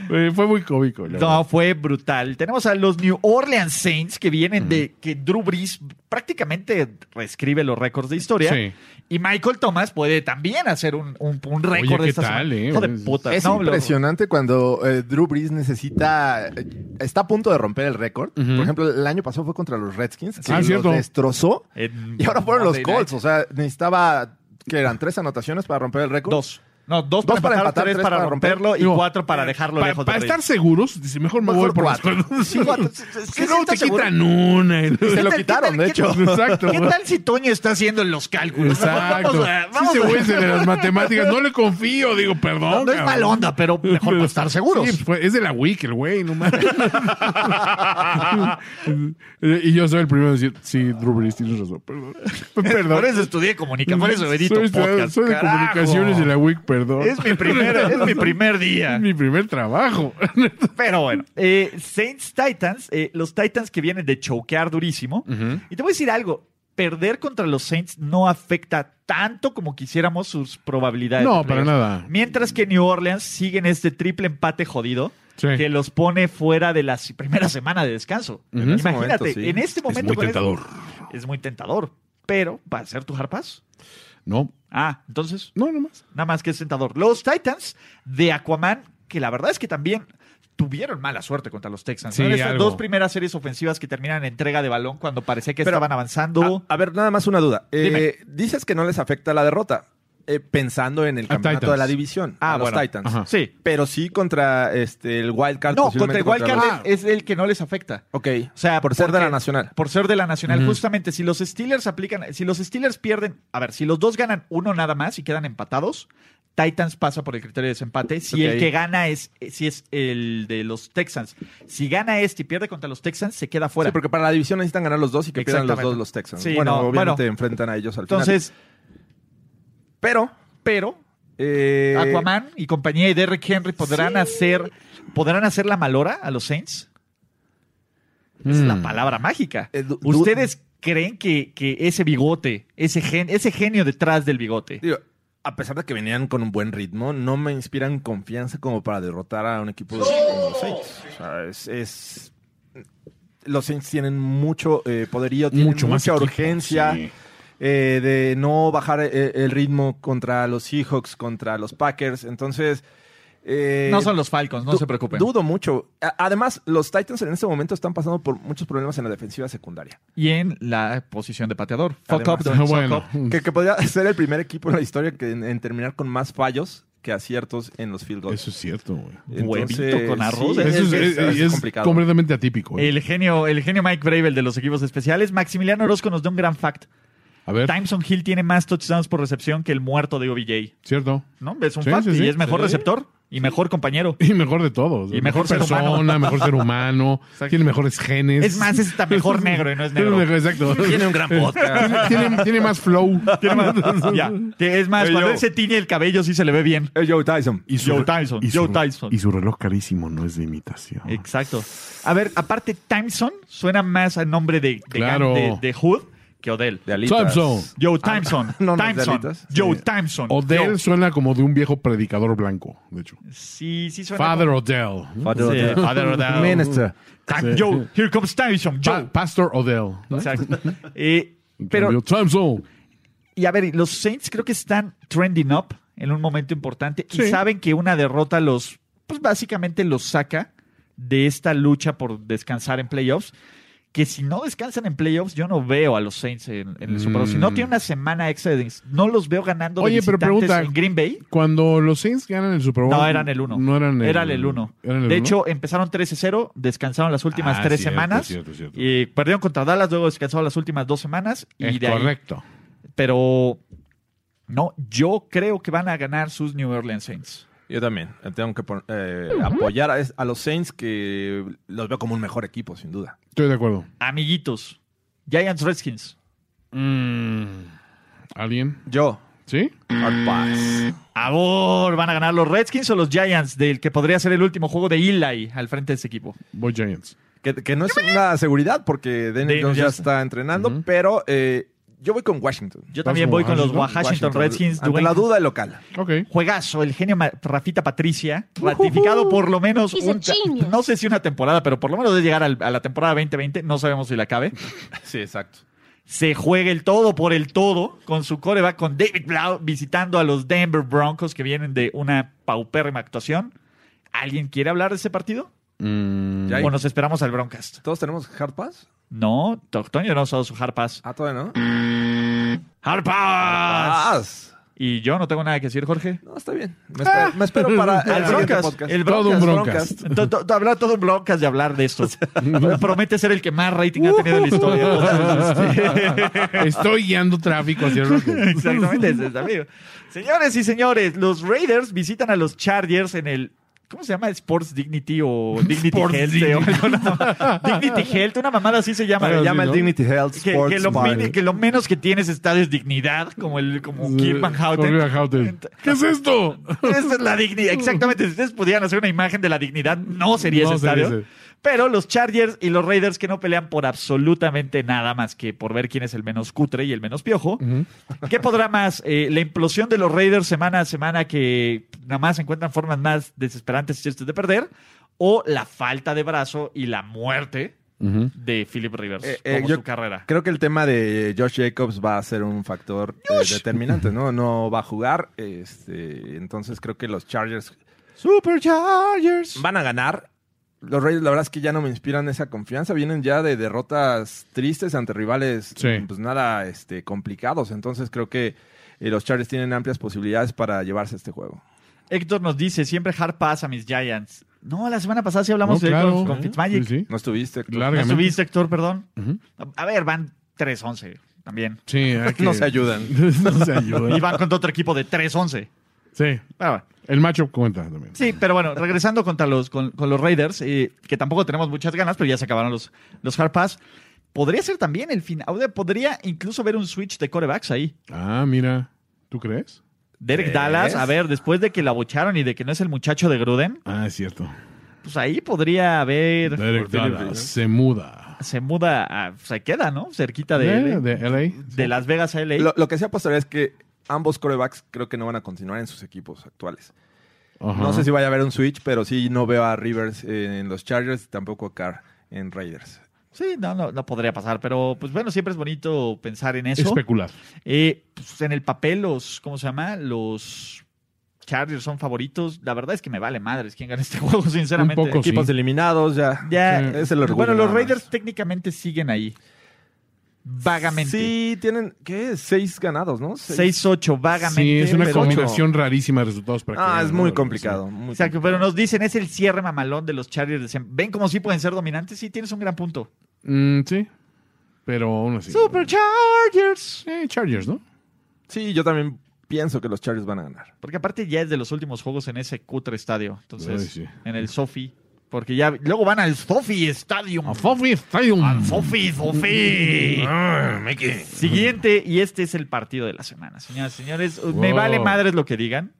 Speaker 1: Eh, fue muy cómico.
Speaker 3: No,
Speaker 1: la verdad.
Speaker 3: fue brutal. Tenemos a los New Orleans Saints que vienen de que Drew Brees prácticamente reescribe los récords de historia.
Speaker 1: Sí.
Speaker 3: Y Michael Thomas puede también hacer un, un, un récord
Speaker 1: Oye,
Speaker 3: de
Speaker 1: ¿qué
Speaker 3: esta
Speaker 1: tal,
Speaker 3: semana.
Speaker 1: eh?
Speaker 3: Hijo de
Speaker 1: Es-
Speaker 3: puta.
Speaker 8: Es
Speaker 3: No, lo-
Speaker 8: impresionante cuando eh, Drew Brees necesita. eh, Está a punto de romper el récord. Por ejemplo, el año pasado fue contra los Redskins.
Speaker 1: Ah,
Speaker 8: que
Speaker 1: cierto.
Speaker 8: Los destrozó.
Speaker 3: En-
Speaker 8: Y ahora fueron los
Speaker 2: Monday
Speaker 8: Colts. O sea, necesitaba. que eran? ¿Tres anotaciones para romper el récord?
Speaker 3: dos. No, dos,
Speaker 8: Dos
Speaker 3: para
Speaker 8: para
Speaker 3: empatar,
Speaker 8: empatar,
Speaker 3: tres
Speaker 8: tres
Speaker 3: para
Speaker 8: para
Speaker 3: romperlo y
Speaker 1: Digo,
Speaker 3: cuatro para dejarlo
Speaker 1: Eh, Pa-
Speaker 3: lejos
Speaker 1: para
Speaker 3: de
Speaker 1: estar seguros, dice, mejor me voy
Speaker 8: Mejor
Speaker 1: por <laughs> las
Speaker 8: cuatro.
Speaker 1: cuerdas.
Speaker 3: Sí, cuatro. ¿Qué
Speaker 1: Que no te
Speaker 3: tal-
Speaker 1: quitan una. y-
Speaker 8: Se lo quitaron, de hecho.
Speaker 3: <laughs>
Speaker 1: Exacto.
Speaker 3: ¿Qué tal si Toño está haciendo los cálculos? <laughs>
Speaker 1: Exacto.
Speaker 3: Vamos a-
Speaker 1: Sí,
Speaker 3: vamos
Speaker 1: ese
Speaker 3: a-
Speaker 1: güey es de las matemáticas. No le confío, digo,
Speaker 3: no,
Speaker 1: perdón.
Speaker 3: no es
Speaker 1: cabrón.
Speaker 3: mal onda, pero mejor para estar seguros.
Speaker 1: Sí, pues, es de la wiki el güey, no mames. <laughs> y yo soy el primero en decir, sí, Drew Brees, tienes razón, perdón.
Speaker 3: <laughs> <laughs>
Speaker 1: Perdón.
Speaker 3: Por eso estudié comunicación, por eso edito
Speaker 1: soy,
Speaker 3: podcast.
Speaker 1: soy de
Speaker 3: Carajo.
Speaker 1: comunicaciones de la WIC, perdón.
Speaker 3: Es mi primer, es mi primer
Speaker 1: <laughs> Es <laughs>
Speaker 3: día.
Speaker 1: mi
Speaker 3: <laughs>
Speaker 1: primer trabajo.
Speaker 3: Pero bueno, eh, Saints Titans, eh, los Titans que vienen de choquear durísimo. Y te voy a decir algo. Perder contra los Saints no afecta tanto como quisiéramos sus probabilidades.
Speaker 1: No,
Speaker 3: de
Speaker 1: para
Speaker 3: playoffs.
Speaker 1: nada.
Speaker 3: Mientras que New Orleans siguen este triple empate jodido
Speaker 1: Sí.
Speaker 3: que los pone fuera de la si- primera semana de descanso. Imagínate,
Speaker 2: momento, sí.
Speaker 3: en este momento.
Speaker 1: muy
Speaker 3: con esto-
Speaker 1: tentador.
Speaker 3: es muy tentador. Pero, ¿va a ser tu hard pass?
Speaker 1: No,
Speaker 3: Ah, entonces.
Speaker 1: no, nomás.
Speaker 3: Nada más que es tentador. Los Titans de Aquaman, que la verdad es que también tuvieron mala suerte contra los Texans. ¿no?
Speaker 1: Sí,
Speaker 3: Estas
Speaker 1: algo.
Speaker 3: dos primeras series ofensivas que terminan en entrega de balón cuando parecía que
Speaker 2: Pero-
Speaker 3: estaban avanzando.
Speaker 2: Ah, A, a ver, nada más una duda. Eh, dices que no les afecta la derrota, eh, pensando en el campeonato
Speaker 1: Titans.
Speaker 2: de la división.
Speaker 3: Ah,
Speaker 2: a los
Speaker 3: bueno.
Speaker 2: Titans.
Speaker 1: Ajá.
Speaker 3: sí.
Speaker 2: Pero sí contra este, el Wild Card.
Speaker 3: No, contra
Speaker 2: posiblemente
Speaker 3: el Wildcard
Speaker 2: los-
Speaker 3: es- es el que no les afecta.
Speaker 2: Ok.
Speaker 3: O sea,
Speaker 2: por ser de
Speaker 3: porque-
Speaker 2: la Nacional.
Speaker 3: Por ser de la Nacional, justamente. Si los Steelers aplican, si los Steelers pierden, a ver, si los dos ganan uno nada más y quedan empatados, Titans pasa por el criterio de desempate. Si el
Speaker 2: Ok.
Speaker 3: que gana es, eh, si es el de los Texans. Si gana este y pierde contra los Texans, se queda fuera.
Speaker 2: Sí, porque para la división necesitan ganar los dos y que pierdan los
Speaker 3: Exactamente.
Speaker 2: dos los Texans.
Speaker 3: Sí,
Speaker 2: bueno,
Speaker 3: no, bueno.
Speaker 2: obviamente enfrentan a ellos al
Speaker 3: Entonces,
Speaker 2: final. Pero,
Speaker 3: pero
Speaker 2: eh,
Speaker 3: Aquaman y compañía y Derrick Henry podrán hacer, podrán hacer la malora a los Saints. Es la palabra mágica.
Speaker 2: Mm. Eh, du- du-
Speaker 3: ¿Ustedes creen que, que ese bigote, ese, gen- ese genio detrás del bigote,
Speaker 2: digo, a pesar de que venían con un buen ritmo, no me inspiran confianza como para derrotar a un equipo de como los Saints. O sea, es, es- Los Saints tienen mucho eh, poderío, tienen
Speaker 1: Mucho más
Speaker 2: mucha
Speaker 1: equipo,
Speaker 2: urgencia.
Speaker 1: sí.
Speaker 2: eh, de no bajar eh, el ritmo contra los Seahawks, contra los Packers. Entonces, eh,
Speaker 3: no son los Falcons, no
Speaker 2: Du-
Speaker 3: se preocupen.
Speaker 2: Dudo mucho. A- Además, los Titans en este momento están pasando por muchos problemas en la defensiva secundaria.
Speaker 3: Y en la posición de pateador. Fuck
Speaker 2: Además.
Speaker 3: up, don't suck
Speaker 1: Bueno.
Speaker 3: up.
Speaker 2: Que, que podría <laughs> ser el primer equipo en la historia que en, en terminar con más fallos que aciertos en los field goals.
Speaker 1: Eso es cierto, güey.
Speaker 2: Entonces,
Speaker 3: huevito con arroz,
Speaker 2: sí,
Speaker 3: ¿eh?
Speaker 2: es,
Speaker 1: Eso es, es-
Speaker 2: es- es
Speaker 1: es
Speaker 2: complicado.
Speaker 1: completamente atípico. ¿eh? güey.
Speaker 3: El genio, el genio Mike Bravel de los equipos especiales. Maximiliano Orozco nos da un gran fact.
Speaker 1: A ver,
Speaker 3: Timeson Hill tiene más touchdowns por recepción que el muerto de OBJ.
Speaker 1: cierto.
Speaker 3: ¿No? Es un
Speaker 1: Sí,
Speaker 3: fact.
Speaker 1: sí, sí.
Speaker 3: y es mejor
Speaker 1: Sí.
Speaker 3: receptor y mejor compañero.
Speaker 1: Y mejor de todos.
Speaker 3: Y mejor ser humano.
Speaker 1: persona, mejor ser humano. tiene mejores genes.
Speaker 3: Es más, es hasta
Speaker 1: <laughs>
Speaker 3: mejor negro y no es negro. <laughs>
Speaker 1: Exacto. <laughs> Tiene un gran podcast. tiene, tiene más flow. <laughs>
Speaker 3: Ya. Es más, <laughs>
Speaker 2: Ey,
Speaker 3: cuando
Speaker 2: yo.
Speaker 3: él se tiñe el cabello sí se le ve bien.
Speaker 2: Eh, Joe Tyson.
Speaker 1: Y
Speaker 3: Joe Tyson, Joe Tyson.
Speaker 1: Y su reloj carísimo no es de imitación.
Speaker 3: Exacto. A ver, aparte, Timeson suena más al nombre de, de,
Speaker 1: Claro.
Speaker 3: de- de Hood que Odell.
Speaker 2: De alitas.
Speaker 1: Time Zone.
Speaker 3: Joe Timeson.
Speaker 2: no, no,
Speaker 3: Timeson.
Speaker 2: ¿de alitas?
Speaker 3: Joe
Speaker 2: Sí.
Speaker 3: Timeson.
Speaker 1: Odell
Speaker 3: Joe.
Speaker 1: suena como de un viejo predicador blanco, de hecho.
Speaker 3: Sí, sí suena.
Speaker 1: Father Odell.
Speaker 3: como- Sí,
Speaker 2: Father-
Speaker 3: Father Odell.
Speaker 2: Minister.
Speaker 3: Time- Joe, here comes Timeson.
Speaker 1: Pa-
Speaker 3: Joe.
Speaker 1: Pastor Odell. ¿no?
Speaker 3: Exacto. Eh,
Speaker 1: En
Speaker 3: pero,
Speaker 1: cambio, Time Zone.
Speaker 3: y a ver, los Saints creo que están trending up en un momento importante y
Speaker 1: Sí.
Speaker 3: saben que una derrota los, pues básicamente los saca de esta lucha por descansar en playoffs. Que si no descansan en playoffs, yo no veo a los Saints en, en el Super Bowl. Si no
Speaker 1: Mm.
Speaker 3: tiene una semana extra, de, no los veo ganando. de
Speaker 1: Oye, pero
Speaker 3: visitantes
Speaker 1: pregunta,
Speaker 3: en Green Bay.
Speaker 1: Cuando los Saints ganan el Super Bowl.
Speaker 3: No, eran el 1.
Speaker 1: No eran el,
Speaker 3: Eran el 1.
Speaker 1: eran el
Speaker 3: De
Speaker 1: uno?
Speaker 3: hecho, empezaron 13-0, descansaron las últimas
Speaker 1: Ah,
Speaker 3: tres
Speaker 1: cierto,
Speaker 3: semanas.
Speaker 1: cierto, cierto.
Speaker 3: Y perdieron contra Dallas, luego descansaron las últimas dos semanas. Y
Speaker 1: Es
Speaker 3: de ahí-
Speaker 1: correcto.
Speaker 3: pero no, yo creo que van a ganar sus New Orleans Saints.
Speaker 2: Yo también. Eh, Tengo que pon- eh, apoyar a, es- a los Saints que los veo como un mejor equipo, sin duda.
Speaker 1: Estoy de acuerdo.
Speaker 3: Amiguitos, Giants Redskins. Mm.
Speaker 1: ¿Alguien?
Speaker 2: Yo,
Speaker 1: ¿Sí?
Speaker 2: hard pass.
Speaker 3: Amor, ¿van a ganar los Redskins o los Giants? Del que podría ser el último juego de Eli al frente de ese equipo.
Speaker 1: Voy Giants.
Speaker 2: Que, que no es una seguridad porque Daniel
Speaker 3: Daniel
Speaker 2: Jones ya
Speaker 3: Johnson.
Speaker 2: está entrenando, pero eh, yo voy con Washington.
Speaker 3: Yo también voy con los Washington, Redskins.
Speaker 2: Ante la
Speaker 3: Dwayne
Speaker 2: duda el local.
Speaker 1: Ok.
Speaker 3: juegazo, el genio Ma- Rafita Patricia, ratificado por lo menos,
Speaker 9: He's a
Speaker 3: un ta-
Speaker 9: genius.
Speaker 3: no sé si una temporada, pero por lo menos de llegar al- a la temporada 2020, no sabemos si la acabe.
Speaker 2: Sí, exacto.
Speaker 3: Se juega el todo por el todo con su coreback, con David Blau visitando a los Denver Broncos que vienen de una paupérrima actuación. ¿Alguien quiere hablar de ese partido?
Speaker 2: Ya hay-
Speaker 3: ¿O nos esperamos al Broncast?
Speaker 2: ¿Todos tenemos hard pass?
Speaker 3: No, Toc- Toño no ha usado su hard pass.
Speaker 2: Ah, todavía no.
Speaker 3: ¡Hard pass!
Speaker 2: Pass.
Speaker 3: Y yo no tengo nada que decir, Jorge.
Speaker 2: No, está bien. Me espero, me espero para
Speaker 3: Ah. <laughs> El
Speaker 2: el siguiente
Speaker 3: Broncas,
Speaker 2: podcast.
Speaker 3: el
Speaker 1: Todo un broncas.
Speaker 2: Broncas.
Speaker 3: To- to- to- Hablar todo un broncas de hablar de
Speaker 2: <laughs>
Speaker 3: esto. Promete ser el que más rating ha tenido en la historia.
Speaker 2: <laughs>
Speaker 3: Entonces, este,
Speaker 1: <laughs> Estoy guiando tráfico hacia lo que-
Speaker 3: Exactamente, ese es, amigo. Señores y señores, los Raiders visitan a los Chargers en el. ¿Cómo se llama? Sports Dignity o Dignity
Speaker 1: <laughs> Sports
Speaker 3: Health. o alguna- Dignity Health, una mamada así se llama.
Speaker 1: Ah,
Speaker 3: Se
Speaker 1: sí,
Speaker 3: llama
Speaker 1: ¿no?
Speaker 3: el Dignity.
Speaker 2: Health
Speaker 3: Que, que lo,
Speaker 2: Bar.
Speaker 3: mini- que lo menos que tienes está es dignidad, como el como Kirk Van Houten.
Speaker 1: Kirk Van Houten. <laughs> ¿Qué es esto?
Speaker 3: Esa es la
Speaker 1: <laughs>
Speaker 3: dignidad. Exactamente. Si ustedes pudieran hacer una imagen de la dignidad, no sería
Speaker 1: No
Speaker 3: ese
Speaker 1: sería
Speaker 3: estadio.
Speaker 1: ese.
Speaker 3: Pero los Chargers y los Raiders que no pelean por absolutamente nada más que por ver quién es el menos cutre y el menos piojo. ¿Qué podrá más? Eh, la implosión de los Raiders semana a semana que nada más encuentran formas más desesperantes y chistes de perder. O la falta de brazo y la muerte de Philip Rivers
Speaker 2: Eh, eh,
Speaker 3: como
Speaker 2: yo
Speaker 3: su carrera.
Speaker 2: Creo que el tema de Josh Jacobs va a ser un factor eh, determinante, ¿no? No va a jugar. Este, entonces creo que los Chargers
Speaker 3: Super Chargers.
Speaker 2: van a ganar. Los Reyes, la verdad es que ya no me inspiran esa confianza. Vienen ya de derrotas tristes ante rivales,
Speaker 1: Sí.
Speaker 2: pues nada, este, complicados. Entonces creo que eh, los Chargers tienen amplias posibilidades para llevarse este juego.
Speaker 3: Héctor nos dice siempre hard pass a mis Giants. No, la semana pasada sí hablamos
Speaker 1: No,
Speaker 3: de
Speaker 1: claro.
Speaker 3: con, con Fitzmagic.
Speaker 1: Sí, sí.
Speaker 2: ¿No estuviste? Héctor?
Speaker 3: ¿No
Speaker 1: Largamente.
Speaker 3: subiste, Héctor, perdón?
Speaker 1: Ujú.
Speaker 3: A a ver, van 3-11 también.
Speaker 1: Sí, hay que-
Speaker 2: No se ayudan.
Speaker 1: <laughs> no se ayuda.
Speaker 3: Y van contra otro equipo de 3-11.
Speaker 1: Sí.
Speaker 2: Nada.
Speaker 1: El matchup cuenta también.
Speaker 3: Ah, Sí, pero bueno, regresando contra los, con, con los Raiders, eh, que tampoco tenemos muchas ganas, pero ya se acabaron los, los hard pass. Podría ser también el final. Podría incluso ver un switch de corebacks ahí.
Speaker 1: Ah, mira. ¿Tú crees?
Speaker 3: Derek Dallas, a ver, después de que la bocharon y de que no es el muchacho de Gruden,
Speaker 1: Ah, es cierto.
Speaker 3: pues ahí podría haber.
Speaker 1: Derek Dallas se muda.
Speaker 3: Se muda, a- se queda, ¿no? Cerquita de,
Speaker 1: Eh, ¿De,
Speaker 3: de,
Speaker 1: de LA?
Speaker 3: Las Vegas a LA.
Speaker 2: Lo, lo que sea posterior es que ambos corebacks creo que no van a continuar en sus equipos actuales.
Speaker 1: Ajá.
Speaker 2: No sé si vaya a haber un switch, pero sí no veo a Rivers eh, en los Chargers y tampoco a Carr en Raiders.
Speaker 3: Sí, no, no, no podría pasar, pero pues bueno, siempre es bonito pensar en eso.
Speaker 1: Especular.
Speaker 3: Eh, pues, en el papel, los, ¿cómo se llama? Los Chargers son favoritos. La verdad es que me vale madres quién gana este <laughs> juego, sinceramente.
Speaker 1: Un poco, sí.
Speaker 2: Equipos eliminados, ya. Mm,
Speaker 3: Ya,
Speaker 1: Sí.
Speaker 2: Es el orgullo
Speaker 3: bueno,
Speaker 2: nada
Speaker 3: los
Speaker 2: más.
Speaker 3: Raiders técnicamente siguen ahí. Vagamente.
Speaker 2: Sí, tienen, ¿qué? Seis ganados, ¿no? Seis.
Speaker 3: 6-8, vagamente.
Speaker 1: Sí, es una
Speaker 3: pero-
Speaker 1: combinación rarísima de resultados. para
Speaker 2: Ah,
Speaker 1: que-
Speaker 2: es muy complicado. muy
Speaker 3: Exacto, pero nos dicen es el cierre mamalón de los Chargers. Decían, Ven como sí pueden ser dominantes. Sí, tienes un gran punto.
Speaker 1: Mm, sí. Pero aún así.
Speaker 3: Super Chargers.
Speaker 1: Eh, Chargers, ¿no?
Speaker 2: Sí, yo también pienso que los Chargers van a ganar.
Speaker 3: Porque aparte ya es de los últimos juegos en ese cutre estadio. Entonces,
Speaker 1: Ay, sí.
Speaker 3: en el Sofi. Porque ya luego van al Sofi Stadium.
Speaker 1: A Fofi Stadium.
Speaker 3: Al Sofi, Sofi.
Speaker 1: Ah, Mickey.
Speaker 3: Siguiente, y este es el partido de la semana, señoras y señores. Me
Speaker 1: Wow.
Speaker 3: vale madres lo que digan.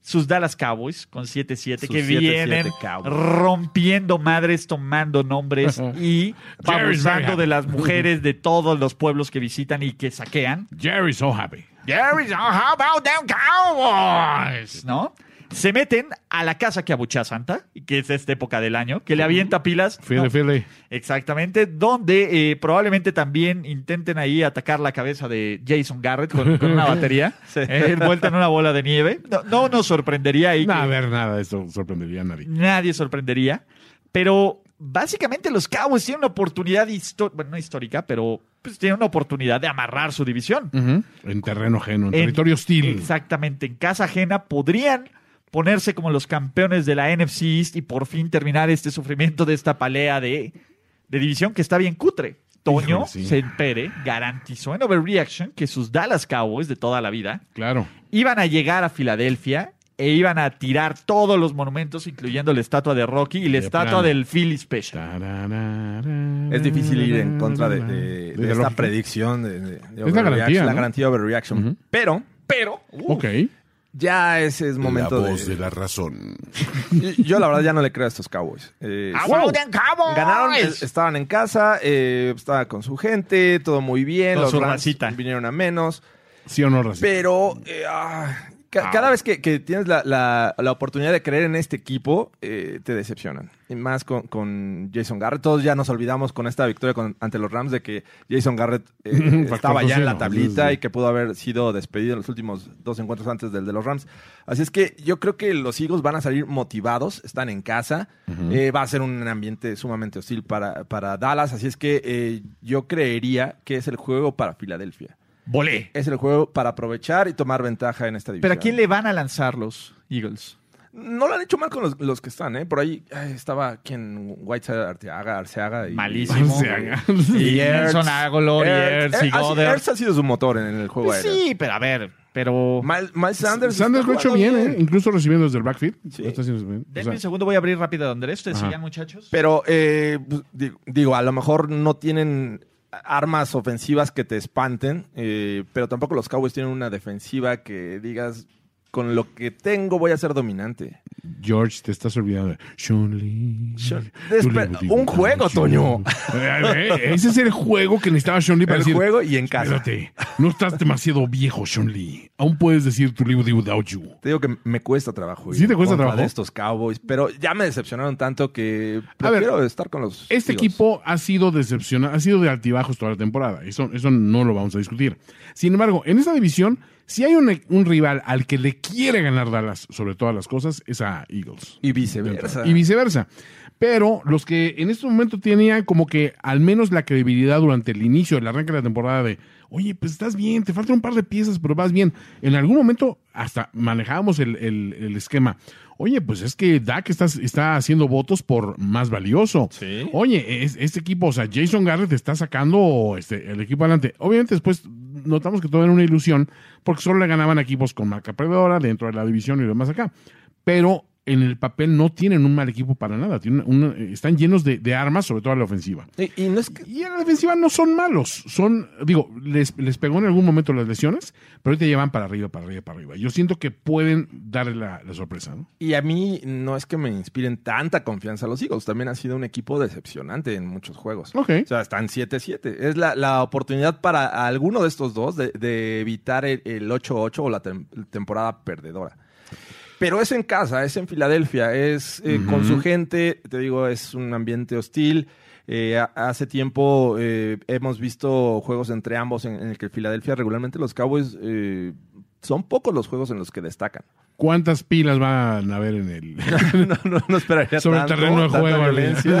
Speaker 3: Sus Dallas Cowboys con 7-7
Speaker 2: Sus
Speaker 3: que
Speaker 2: 7-7
Speaker 3: vienen
Speaker 2: Cowboys.
Speaker 3: rompiendo madres, tomando nombres y
Speaker 1: Jerry's very
Speaker 3: abusando
Speaker 1: happy.
Speaker 3: de las mujeres de todos los pueblos que visitan y que saquean,
Speaker 1: Jerry so happy.
Speaker 2: oh,
Speaker 1: Jerry so how about them Cowboys?
Speaker 3: ¿no? Se meten a la casa que abuchea Santa, que es esta época del año, que le avienta pilas.
Speaker 1: Fíjate,
Speaker 3: No,
Speaker 1: fíjate.
Speaker 3: Exactamente, donde eh, probablemente también intenten ahí atacar la cabeza de Jason Garrett con, con una batería, eh, envuelta en una bola de nieve. No, no nos sorprendería ahí,
Speaker 1: No,
Speaker 3: que
Speaker 1: a ver, nada, eso sorprendería a nadie.
Speaker 3: nadie sorprendería, pero básicamente los Cowboys tienen una oportunidad, histo- bueno, no histórica, pero pues, tienen una oportunidad de amarrar su división.
Speaker 1: En terreno ajeno, en,
Speaker 3: En-
Speaker 1: territorio hostil.
Speaker 3: Exactamente, en casa ajena podrían ponerse como los campeones de la NFC East y por fin terminar este sufrimiento de esta palea de, de división que está bien cutre. Toño
Speaker 1: Híjole, sí.
Speaker 3: Sempere garantizó en Overreaction que sus Dallas Cowboys de toda la vida
Speaker 1: Claro.
Speaker 3: iban a llegar a Filadelfia e iban a tirar todos los monumentos, incluyendo la estatua de Rocky y la
Speaker 1: De
Speaker 3: estatua
Speaker 1: plano.
Speaker 3: del Philly Special.
Speaker 1: Tararara.
Speaker 2: Es difícil ir en contra de, de- de
Speaker 1: la
Speaker 2: esta
Speaker 1: lógica.
Speaker 2: predicción. De, de- de overreaction,
Speaker 1: garantía,
Speaker 2: La
Speaker 1: ¿no?
Speaker 2: garantía de overreaction. Pero, pero, uh,
Speaker 1: Ok.
Speaker 2: ya ese es momento
Speaker 4: la voz
Speaker 2: de...
Speaker 4: de la razón.
Speaker 2: Y- Yo la verdad ya no le creo a estos Cowboys. Eh,
Speaker 3: Ah,
Speaker 2: wow. Ganaron, es- estaban en casa, eh, estaba con su gente, todo muy bien.
Speaker 3: Con
Speaker 2: los
Speaker 3: su
Speaker 2: Rams
Speaker 3: racita.
Speaker 2: vinieron a menos.
Speaker 1: Sí o no, Racita.
Speaker 2: Pero eh, ah, ca- cada vez que, que tienes la, la- la oportunidad de creer en este equipo, eh, te decepcionan. Y más con, con Jason Garrett. Todos ya nos olvidamos con esta victoria con- ante los Rams de que Jason Garrett
Speaker 1: <laughs>
Speaker 2: eh,
Speaker 1: Factor
Speaker 2: estaba ya en la
Speaker 1: tocino.
Speaker 2: tablita
Speaker 1: Sí, sí.
Speaker 2: y que pudo haber sido despedido en los últimos dos encuentros antes del de los Rams. Así es que yo creo que los Eagles van a salir motivados, están en casa. Eh, va a ser un ambiente sumamente hostil para, para Dallas. Así es que eh, yo creería que es el juego para Filadelfia
Speaker 3: Volé.
Speaker 2: es el juego para aprovechar y tomar ventaja en esta división.
Speaker 3: ¿Pero a quién le van a lanzar los Eagles?
Speaker 2: No lo han hecho mal con los, los que están, ¿eh? Por ahí ay, estaba quien Whiteside Arteaga, Arceaga. Y,
Speaker 3: Malísimo.
Speaker 1: Arceaga.
Speaker 3: Y Nelson Agolor, y
Speaker 2: Ertz,
Speaker 3: Ertz, y
Speaker 2: Ertz ha-
Speaker 3: Goddard.
Speaker 2: Ertz ha sido su motor en el juego
Speaker 3: Pues
Speaker 2: aéreo.
Speaker 3: sí, pero a ver, pero...
Speaker 2: Miles- Miles Sanders.
Speaker 1: Sanders
Speaker 2: está
Speaker 1: lo ha hecho bien,
Speaker 2: jugando
Speaker 1: ¿eh? Incluso recibiendo desde el backfield.
Speaker 2: Sí.
Speaker 1: Lo está haciendo bien. O
Speaker 3: Denme
Speaker 1: sea,
Speaker 3: un segundo, voy a abrir rápido donde Ustedes sigan, muchachos.
Speaker 2: Pero, eh, pues, di- digo, a lo mejor no tienen armas ofensivas que te espanten, eh, pero tampoco los Cowboys tienen una defensiva que digas, con lo que tengo voy a ser dominante.
Speaker 1: George, te estás olvidando. de Sean Lee.
Speaker 2: Sean-
Speaker 1: Tú le
Speaker 2: Espera,
Speaker 1: digo
Speaker 2: un
Speaker 1: tanto,
Speaker 2: juego,
Speaker 1: Sean.
Speaker 2: Toño.
Speaker 1: <laughs> Eh, eh, Ese es el juego que necesitaba Sean Lee para
Speaker 2: El
Speaker 1: decir,
Speaker 2: juego y en casa.
Speaker 1: Espérate, no estás demasiado viejo, Sean Lee. Aún puedes decir tu libro de Without You.
Speaker 2: Te digo que me cuesta trabajo. ir
Speaker 1: ¿Sí te
Speaker 2: en
Speaker 1: cuesta
Speaker 2: contra
Speaker 1: trabajo?
Speaker 2: de estos Cowboys, pero ya me decepcionaron tanto que
Speaker 1: A ver,
Speaker 2: prefiero estar con los.
Speaker 1: Este
Speaker 2: Eagles.
Speaker 1: equipo ha sido decepcionado, ha sido de altibajos toda la temporada. Eso, eso no lo vamos a discutir. Sin embargo, en esta división, si hay un, un rival al que le quiere ganar Dallas sobre todas las cosas, es a Eagles.
Speaker 2: Y viceversa.
Speaker 1: Y viceversa. Pero los que en este momento tenían como que al menos la credibilidad durante el inicio, el arranque de la temporada de, oye, pues estás bien, te faltan un par de piezas, pero vas bien. En algún momento hasta manejábamos el, el- el esquema. Oye, pues es que Dak está, está haciendo votos por más valioso. Oye, es- este equipo, o sea, Jason Garrett está sacando este, el equipo adelante. Obviamente después notamos que todo era una ilusión porque solo le ganaban a equipos con marca perdedora dentro de la división y lo demás acá. Pero en el papel no tienen un mal equipo para nada. Tienen una- una- están llenos de, de armas, sobre todo a la ofensiva.
Speaker 2: Y, y no es que.
Speaker 1: Y en la defensiva no son malos. Son, digo, les, les pegó en algún momento las lesiones, pero ahorita llevan para arriba, para arriba, para arriba. Yo siento que pueden darle la, la sorpresa, ¿no?
Speaker 2: Y a mí no es que me inspiren tanta confianza los Eagles. También ha sido un equipo decepcionante en muchos juegos.
Speaker 1: Ok.
Speaker 2: O sea, están 7-7. Es la, la oportunidad para alguno de estos dos de, de evitar el el 8-8 o la tem- temporada perdedora. Pero es en casa, es en Filadelfia, es eh, con su gente, te digo, es un ambiente hostil. Eh, ha- hace tiempo eh, hemos visto juegos entre ambos en, en el que Filadelfia regularmente los Cowboys eh, son pocos los juegos en los que destacan.
Speaker 1: ¿Cuántas pilas van a haber en el <laughs>
Speaker 2: <laughs> no, no, no esperaría
Speaker 1: sobre el
Speaker 2: tanto,
Speaker 1: terreno de
Speaker 2: tanta
Speaker 1: juego?
Speaker 2: violencia.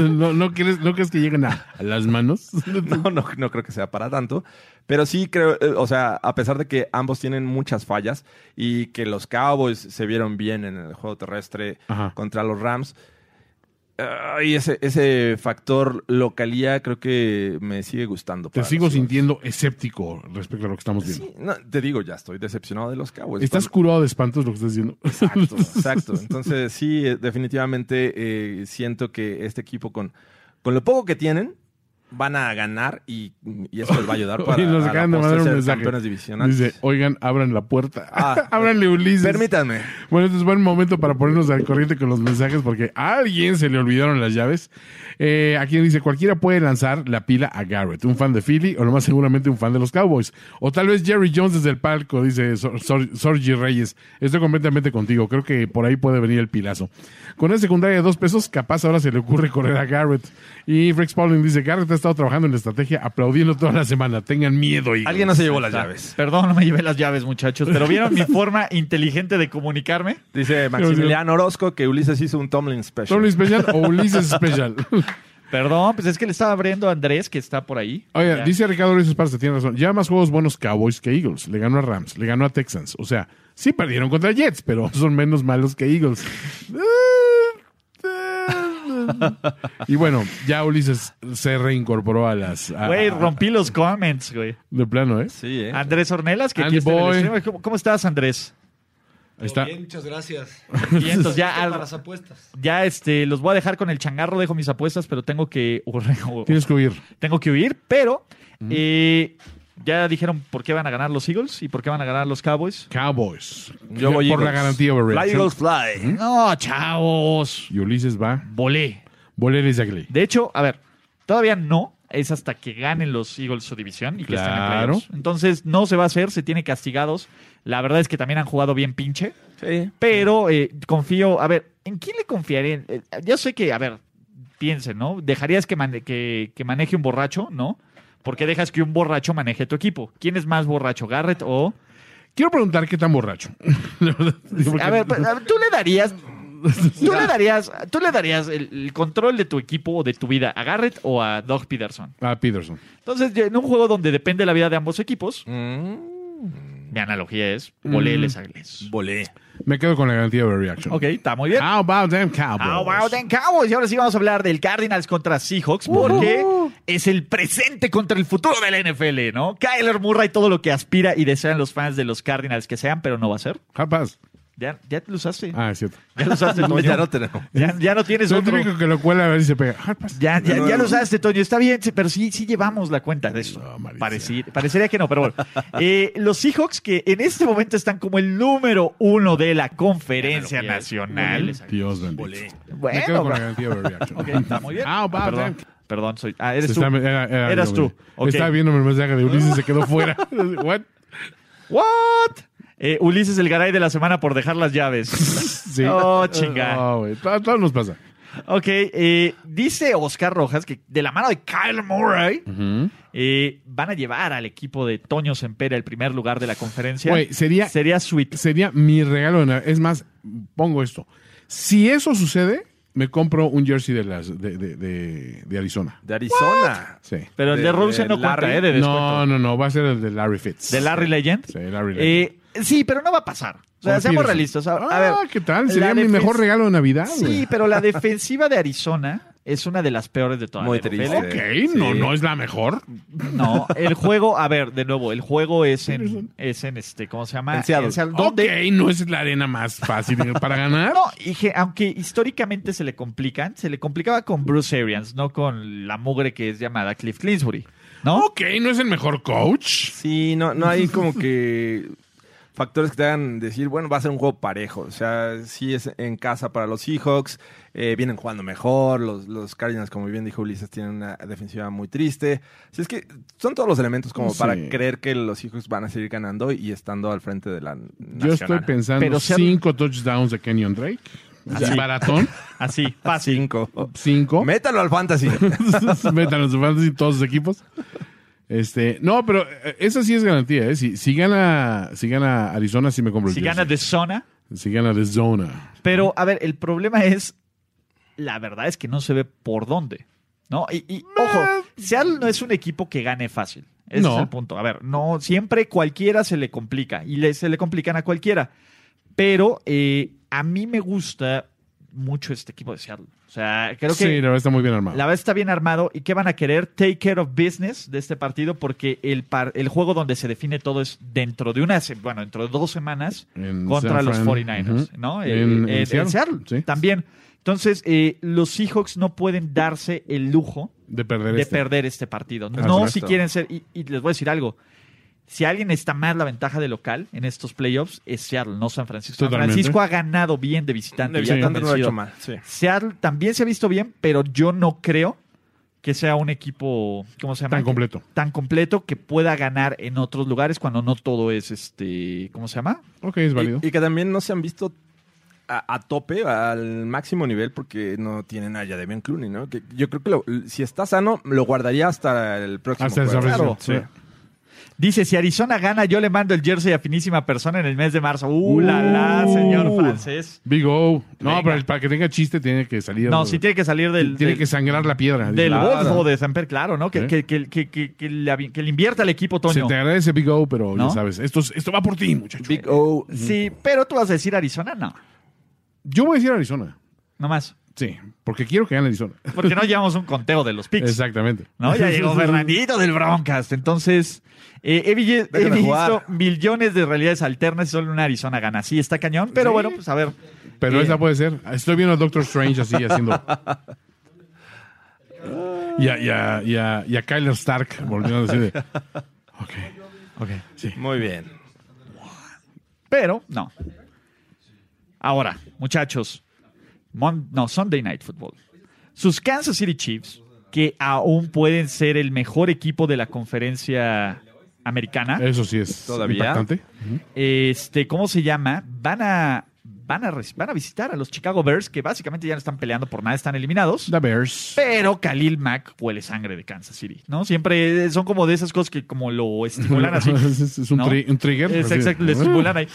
Speaker 1: <laughs> ¿No, no, crees, ¿No crees que lleguen a, a las
Speaker 2: <laughs>
Speaker 1: manos?
Speaker 2: No, no, no creo que sea para tanto. Pero sí creo, eh, o sea, a pesar de que ambos tienen muchas fallas y que los Cowboys se vieron bien en el juego terrestre
Speaker 1: Ajá.
Speaker 2: contra los Rams, ah, y ese, ese factor localía creo que me sigue gustando.
Speaker 1: Te
Speaker 2: para
Speaker 1: sigo
Speaker 2: los Cowboys.
Speaker 1: sintiendo escéptico respecto a lo que estamos viendo.
Speaker 2: Sí, no, te digo, ya estoy decepcionado de los Cowboys.
Speaker 1: Estás curado de espantos lo que estás diciendo.
Speaker 2: Exacto, exacto. Entonces, sí, eh, definitivamente eh, siento que este equipo, con, con lo poco que tienen, van a ganar y, y eso les va
Speaker 1: <laughs>
Speaker 2: a ayudar para
Speaker 1: Oye,
Speaker 2: a
Speaker 1: nos
Speaker 2: la
Speaker 1: acaban de
Speaker 2: postre
Speaker 1: mandar un
Speaker 2: ser
Speaker 1: mensaje.
Speaker 2: campeones divisionales.
Speaker 1: Dice, oigan, abran la puerta.
Speaker 2: Ah.
Speaker 1: <laughs> Ábranle Ulises.
Speaker 2: Permítanme.
Speaker 1: Bueno, este es buen momento para ponernos al corriente con los mensajes porque a alguien se le olvidaron las llaves. Eh, aquí dice, cualquiera puede lanzar la pila a Garrett, un fan de Philly o lo más seguramente un fan de los Cowboys. O tal vez Jerry Jones desde el palco, dice Sor- Sor- Sorgi Reyes. Estoy completamente contigo, creo que por ahí puede venir el pilazo. Con una secundaria de dos pesos, capaz ahora se le ocurre correr a Garrett. Y Rex Pauling dice, Garrett ha estado trabajando en la estrategia aplaudiendo toda la semana, tengan miedo. Eagles".
Speaker 2: Alguien no se llevó las llaves.
Speaker 3: Perdón, no me llevé las llaves, muchachos, pero ¿vieron mi forma inteligente de comunicarme?
Speaker 2: Dice Maximiliano Orozco que Ulises hizo un Tomlin Special.
Speaker 1: Tomlin Special o Ulises Special. <laughs>
Speaker 3: Perdón, pues es que le estaba abriendo a Andrés, que está por ahí.
Speaker 1: Oye,
Speaker 3: Ya.
Speaker 1: dice Ricardo Luis Esparza, tiene razón. Lleva más juegos buenos Cowboys que Eagles. Le ganó a Rams, le ganó a Texans. O sea, sí perdieron contra Jets, pero <laughs> son menos malos que Eagles. <laughs> y bueno, ya Ulises se reincorporó a las. a-
Speaker 3: Güey,
Speaker 1: a-
Speaker 3: rompí los comments, güey.
Speaker 1: De plano, ¿eh?
Speaker 2: Sí, ¿eh?
Speaker 3: Andrés Ornelas, que aquí
Speaker 1: Andy
Speaker 3: está en el
Speaker 1: Boy.
Speaker 3: stream. ¿Cómo, cómo estás, Andrés?
Speaker 1: Ahí está.
Speaker 9: Bien, muchas gracias.
Speaker 3: Y entonces ya,
Speaker 9: Para
Speaker 3: al-
Speaker 9: las apuestas.
Speaker 3: ya este, los voy a dejar con el changarro, dejo mis apuestas, pero tengo que,
Speaker 1: Tienes que huir.
Speaker 3: tengo que huir. Pero eh, ya dijeron por qué van a ganar los Eagles y por qué van a ganar los Cowboys.
Speaker 1: Cowboys.
Speaker 2: Yo voy
Speaker 1: Por la
Speaker 2: Eagles.
Speaker 1: garantía
Speaker 2: Fly
Speaker 1: overreaction.
Speaker 2: Eagles Fly.
Speaker 3: No, chavos.
Speaker 1: Y Ulises va.
Speaker 3: Volé.
Speaker 1: Voler desde aquí.
Speaker 3: De hecho, a ver, todavía no. Es hasta que ganen los Eagles su división y que estén en
Speaker 1: Claro.
Speaker 3: playoffs. Entonces, no se va a hacer, se tiene castigados. La verdad es que también han jugado bien pinche.
Speaker 2: Sí.
Speaker 3: Pero eh, confío, a ver, ¿en quién le confiaré? Eh, yo sé que, a ver, piensen, ¿no? ¿Dejarías que, mane- que, que maneje un borracho? ¿No? ¿Por qué dejas que un borracho maneje tu equipo? ¿Quién es más borracho, Garrett o...?
Speaker 1: Quiero preguntar qué tan borracho. <laughs> La verdad, porque- pues,
Speaker 3: A ver,
Speaker 2: pues-
Speaker 3: pa- a ver, tú le darías... Tú
Speaker 1: <laughs>
Speaker 3: le darías, tú le darías el, el control de tu equipo o de tu vida a Garrett o a Doug Peterson.
Speaker 1: Ah, Peterson.
Speaker 3: Entonces, ya en un juego donde depende la vida de ambos equipos,
Speaker 2: Mm,
Speaker 3: mi analogía es volé les agles.
Speaker 2: volé.
Speaker 1: Me quedo con la garantía overreaction.
Speaker 3: Mm. Ok, está muy bien.
Speaker 1: How about them Cowboys?
Speaker 3: How about them Cowboys? Y ahora sí vamos a hablar del Cardinals contra Seahawks porque es el presente contra el futuro de la NFL, ¿no? Kyler Murray, todo lo que aspira y desean los fans de los Cardinals que sean, pero no va a ser.
Speaker 1: How about-
Speaker 3: Ya, ya te lo usaste.
Speaker 1: Ah, es cierto.
Speaker 3: Ya lo usaste, Toño.
Speaker 2: <laughs> ya no tenemos.
Speaker 3: Ya- ya no tienes
Speaker 1: Soy el
Speaker 3: otro.
Speaker 1: único que lo cuela a ver si se pega. Ah, pues,
Speaker 3: Ya, ya, ya lo usaste, Toño. Está bien, sí, pero sí, sí llevamos la cuenta de eso.
Speaker 1: No, Mauricio.
Speaker 3: Pareci- parecería que no, pero bueno. Eh, los Seahawks, que en este momento están como el número uno de la conferencia nacional.
Speaker 1: Dios bendito. Me quedo
Speaker 3: Bueno,
Speaker 1: con la
Speaker 3: bro.
Speaker 1: garantía de
Speaker 3: <laughs>
Speaker 1: reaction.
Speaker 3: Ok, está muy bien.
Speaker 1: How about
Speaker 3: Ah, perdón,
Speaker 1: them?
Speaker 3: perdón, soy. Ah, eres
Speaker 1: Se
Speaker 3: tú.
Speaker 1: está- era- era
Speaker 3: Eras
Speaker 1: yo,
Speaker 3: tú. Ok.
Speaker 1: Estaba viendo el mensaje de Ulises y se
Speaker 3: <laughs>
Speaker 1: quedó fuera. What?
Speaker 3: ¿What? Eh, Ulises el garay de la semana por dejar las llaves.
Speaker 1: Sí.
Speaker 3: Oh, chinga.
Speaker 1: No, güey. Todo, todo nos pasa.
Speaker 3: ok, eh, dice Oscar Rojas que de la mano de Kyle Murray eh, van a llevar al equipo de Toño Sempera el primer lugar de la conferencia.
Speaker 1: Güey, sería-
Speaker 3: Sería sweet.
Speaker 1: Sería mi regalo. de Nav- Es más, pongo esto. Si eso sucede, me compro un jersey de, las, de, de, de, de Arizona.
Speaker 2: De Arizona.
Speaker 1: Sí.
Speaker 3: Pero el de,
Speaker 2: de-
Speaker 3: Rosen no
Speaker 2: de
Speaker 3: cuenta,
Speaker 2: Larry.
Speaker 3: ¿eh? De descuento.
Speaker 1: No, no, no. Va a ser el de Larry Fitz.
Speaker 3: ¿De Larry Legend?
Speaker 1: Sí, Larry Legend.
Speaker 3: Eh, sí, pero no va a pasar. O sea,
Speaker 1: Con
Speaker 3: seamos
Speaker 1: Peterson.
Speaker 3: realistas. A, a
Speaker 1: Ah,
Speaker 3: ver,
Speaker 1: ¿qué tal?
Speaker 3: la
Speaker 1: Sería mi
Speaker 3: defensa-
Speaker 1: mejor regalo de Navidad.
Speaker 3: Sí,
Speaker 1: güey.
Speaker 3: pero la defensiva de Arizona es una de las peores de todas.
Speaker 2: Muy
Speaker 3: la NFL.
Speaker 2: triste.
Speaker 1: Ok, no, no es la mejor.
Speaker 3: No, el juego, a ver, de nuevo, el juego es en, es en este, ¿cómo se llama?
Speaker 2: En Seattle.
Speaker 3: ¿dónde?
Speaker 1: Ok, no es la arena más fácil para ganar.
Speaker 3: Ah, <laughs> No, y que aunque históricamente se le complican, se le complicaba con Bruce Arians, no con la mugre que es llamada Cliff Clinsbury, ¿no?
Speaker 1: Ok, no es el mejor coach.
Speaker 2: Sí, no, no hay como que factores que te hagan decir, bueno, va a ser un juego parejo. O sea, sí es en casa para los Seahawks, eh, vienen jugando mejor, los, los Cardinals, como bien dijo Ulises, tienen una defensiva muy triste. Así es que son todos los elementos como
Speaker 1: Sí.
Speaker 2: para creer que los Seahawks van a seguir ganando y estando al frente de la nacional.
Speaker 1: Yo estoy pensando
Speaker 3: Pero Ah, se-
Speaker 1: cinco touchdowns de Kenyon Drake.
Speaker 3: Así.
Speaker 1: Baratón,
Speaker 3: Así,
Speaker 1: <laughs>
Speaker 3: fácil.
Speaker 2: Cinco.
Speaker 3: <laughs>
Speaker 1: cinco.
Speaker 2: Métalo al fantasy.
Speaker 1: <laughs> Metan a su fantasy todos los equipos. Este, no, pero eh, esa sí es garantía, ¿eh? Si, si gana, si gana Arizona, sí me compro el
Speaker 3: Si gana
Speaker 1: jersey.
Speaker 3: de zona.
Speaker 1: Si gana de zona.
Speaker 3: Pero, a ver, el problema es, la verdad es que no se ve por dónde, ¿no? Y, y, ojo, Seattle no es un equipo que gane fácil. Ese
Speaker 1: No.
Speaker 3: es el punto. A ver, no, siempre cualquiera se le complica y le- se le complican a cualquiera. Pero eh, a mí me gusta mucho este equipo de Seattle. O sea, creo
Speaker 1: sí,
Speaker 3: que
Speaker 1: la verdad está muy bien armado.
Speaker 3: la verdad está bien armado. ¿Y qué van a querer? Take care of business de este partido porque el, par- el juego donde se define todo es dentro de una, se- bueno, dentro de dos semanas
Speaker 1: En
Speaker 3: contra
Speaker 1: San
Speaker 3: los
Speaker 1: Fran.
Speaker 3: 49ers,
Speaker 1: Ujú.
Speaker 3: ¿no?
Speaker 1: En-
Speaker 3: Eh,
Speaker 1: en
Speaker 3: eh,
Speaker 1: Seattle. Sí.
Speaker 3: También. Entonces, eh, los Seahawks no pueden darse el lujo
Speaker 1: De perder
Speaker 3: de
Speaker 1: este.
Speaker 3: perder este partido.
Speaker 2: Ah,
Speaker 3: No
Speaker 2: correcto.
Speaker 3: si quieren ser, y, y les voy a decir algo. Si alguien está más la ventaja de local en estos playoffs, es Seattle, no San Francisco.
Speaker 1: Totalmente.
Speaker 3: San Francisco ha ganado bien de visitante.
Speaker 2: De
Speaker 3: y ha
Speaker 2: visitante no lo ha
Speaker 3: convencido.
Speaker 2: hecho mal. Sí.
Speaker 3: Seattle también se ha visto bien, pero yo no creo que sea un equipo, ¿cómo se llama?
Speaker 1: Tan completo.
Speaker 3: Tan completo que pueda ganar en otros lugares cuando no todo es este, ¿cómo se llama?
Speaker 1: Ok, es válido.
Speaker 2: Y, y que también no se han visto a, a tope, al máximo nivel, porque no tienen a Jadeveon Clooney, ¿no? Que yo creo que lo- si está sano, lo guardaría hasta el próximo
Speaker 1: Hasta el
Speaker 2: juego.
Speaker 1: servicio.
Speaker 3: Claro. Dice, si Arizona gana, yo le mando el jersey a finísima persona en el mes de marzo. Uh, la la,
Speaker 1: Uh.
Speaker 3: señor francés.
Speaker 1: Big O. No,
Speaker 3: Venga.
Speaker 1: pero el- para que tenga chiste tiene que salir.
Speaker 3: No, si tiene que salir del,
Speaker 1: tiene
Speaker 3: del-
Speaker 1: que sangrar la piedra.
Speaker 3: del
Speaker 1: Dice,
Speaker 2: Claro.
Speaker 3: Volvo de Samper, claro, ¿no? Que,
Speaker 1: Sí.
Speaker 3: que, que, que, que- que le, avi- que le invierta al equipo,
Speaker 1: Se
Speaker 3: Toño.
Speaker 1: te agradece Big O, pero
Speaker 3: ¿No?
Speaker 1: ya sabes, esto, es- esto va por ti, muchacho.
Speaker 2: Big O.
Speaker 3: Sí, pero tú vas a decir Arizona, no.
Speaker 1: Yo voy a decir Arizona.
Speaker 3: No más.
Speaker 1: Sí, porque quiero que
Speaker 3: <laughs>
Speaker 1: gane Arizona.
Speaker 3: Porque
Speaker 1: <laughs>
Speaker 3: no llevamos un conteo de los picks.
Speaker 1: Exactamente.
Speaker 3: ¿no?
Speaker 2: <laughs>
Speaker 3: Ya
Speaker 1: <laughs>
Speaker 3: llegó Fernandito del Broncast. Entonces, eh, he, vi- he
Speaker 2: Déjame
Speaker 3: visto
Speaker 2: jugar.
Speaker 3: millones de realidades alternas y solo una Arizona gana. Sí, está cañón, pero
Speaker 1: Sí.
Speaker 3: bueno, pues a ver.
Speaker 1: Pero
Speaker 3: Eh,
Speaker 1: esa puede ser. Estoy viendo a Doctor Strange así haciendo. Y a, y a- y a- y a Kyler Stark volviendo a decir. Ok.
Speaker 2: Muy bien.
Speaker 3: Pero, no. Ahora, muchachos. Mon- no, Sunday Night Football. Sus Kansas City Chiefs, que aún pueden ser el mejor equipo de la conferencia americana.
Speaker 1: Eso sí es
Speaker 2: Todavía.
Speaker 1: impactante.
Speaker 2: Eh.
Speaker 3: este, ¿cómo se llama? Van a, van a, res- van a visitar a los Chicago Bears, que básicamente ya no están peleando por nada, están eliminados.
Speaker 1: The Bears.
Speaker 3: Pero Khalil Mack huele sangre de Kansas City, ¿no? Siempre son como de esas cosas que como lo estimulan así.
Speaker 1: <laughs> es es un,
Speaker 3: ¿no?
Speaker 1: tri- un trigger.
Speaker 3: Es
Speaker 1: así.
Speaker 3: exacto, le estimulan ahí.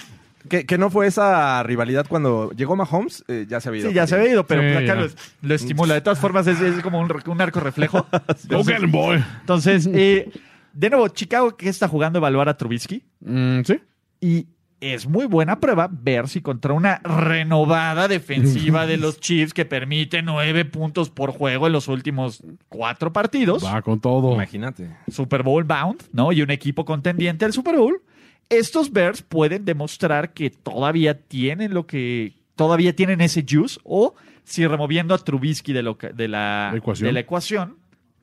Speaker 2: Que, que no fue esa rivalidad cuando llegó Mahomes, eh, ya se había ido.
Speaker 3: Sí, ya se había ido, pero
Speaker 1: Sí,
Speaker 3: pues acá
Speaker 1: ya.
Speaker 3: lo, lo estimula. De todas formas, es, es como un, re- un arco
Speaker 1: <laughs>
Speaker 3: reflejo.
Speaker 1: Go get 'em, boy. <laughs>
Speaker 3: Entonces, eh, de nuevo, Chicago que está jugando a evaluar a Trubisky
Speaker 1: Mm, sí.
Speaker 3: y es muy buena prueba ver si contra una renovada defensiva de
Speaker 1: <laughs>
Speaker 3: los Chiefs que permite nueve puntos por juego en los últimos cuatro partidos.
Speaker 1: Va con todo.
Speaker 2: Imagínate.
Speaker 3: Super Bowl bound, ¿no? Y un equipo contendiente al Super Bowl, estos Bears pueden demostrar que todavía tienen lo que todavía tienen ese juice o si removiendo a Trubisky de, lo que- de la,
Speaker 1: La ecuación.
Speaker 3: de la ecuación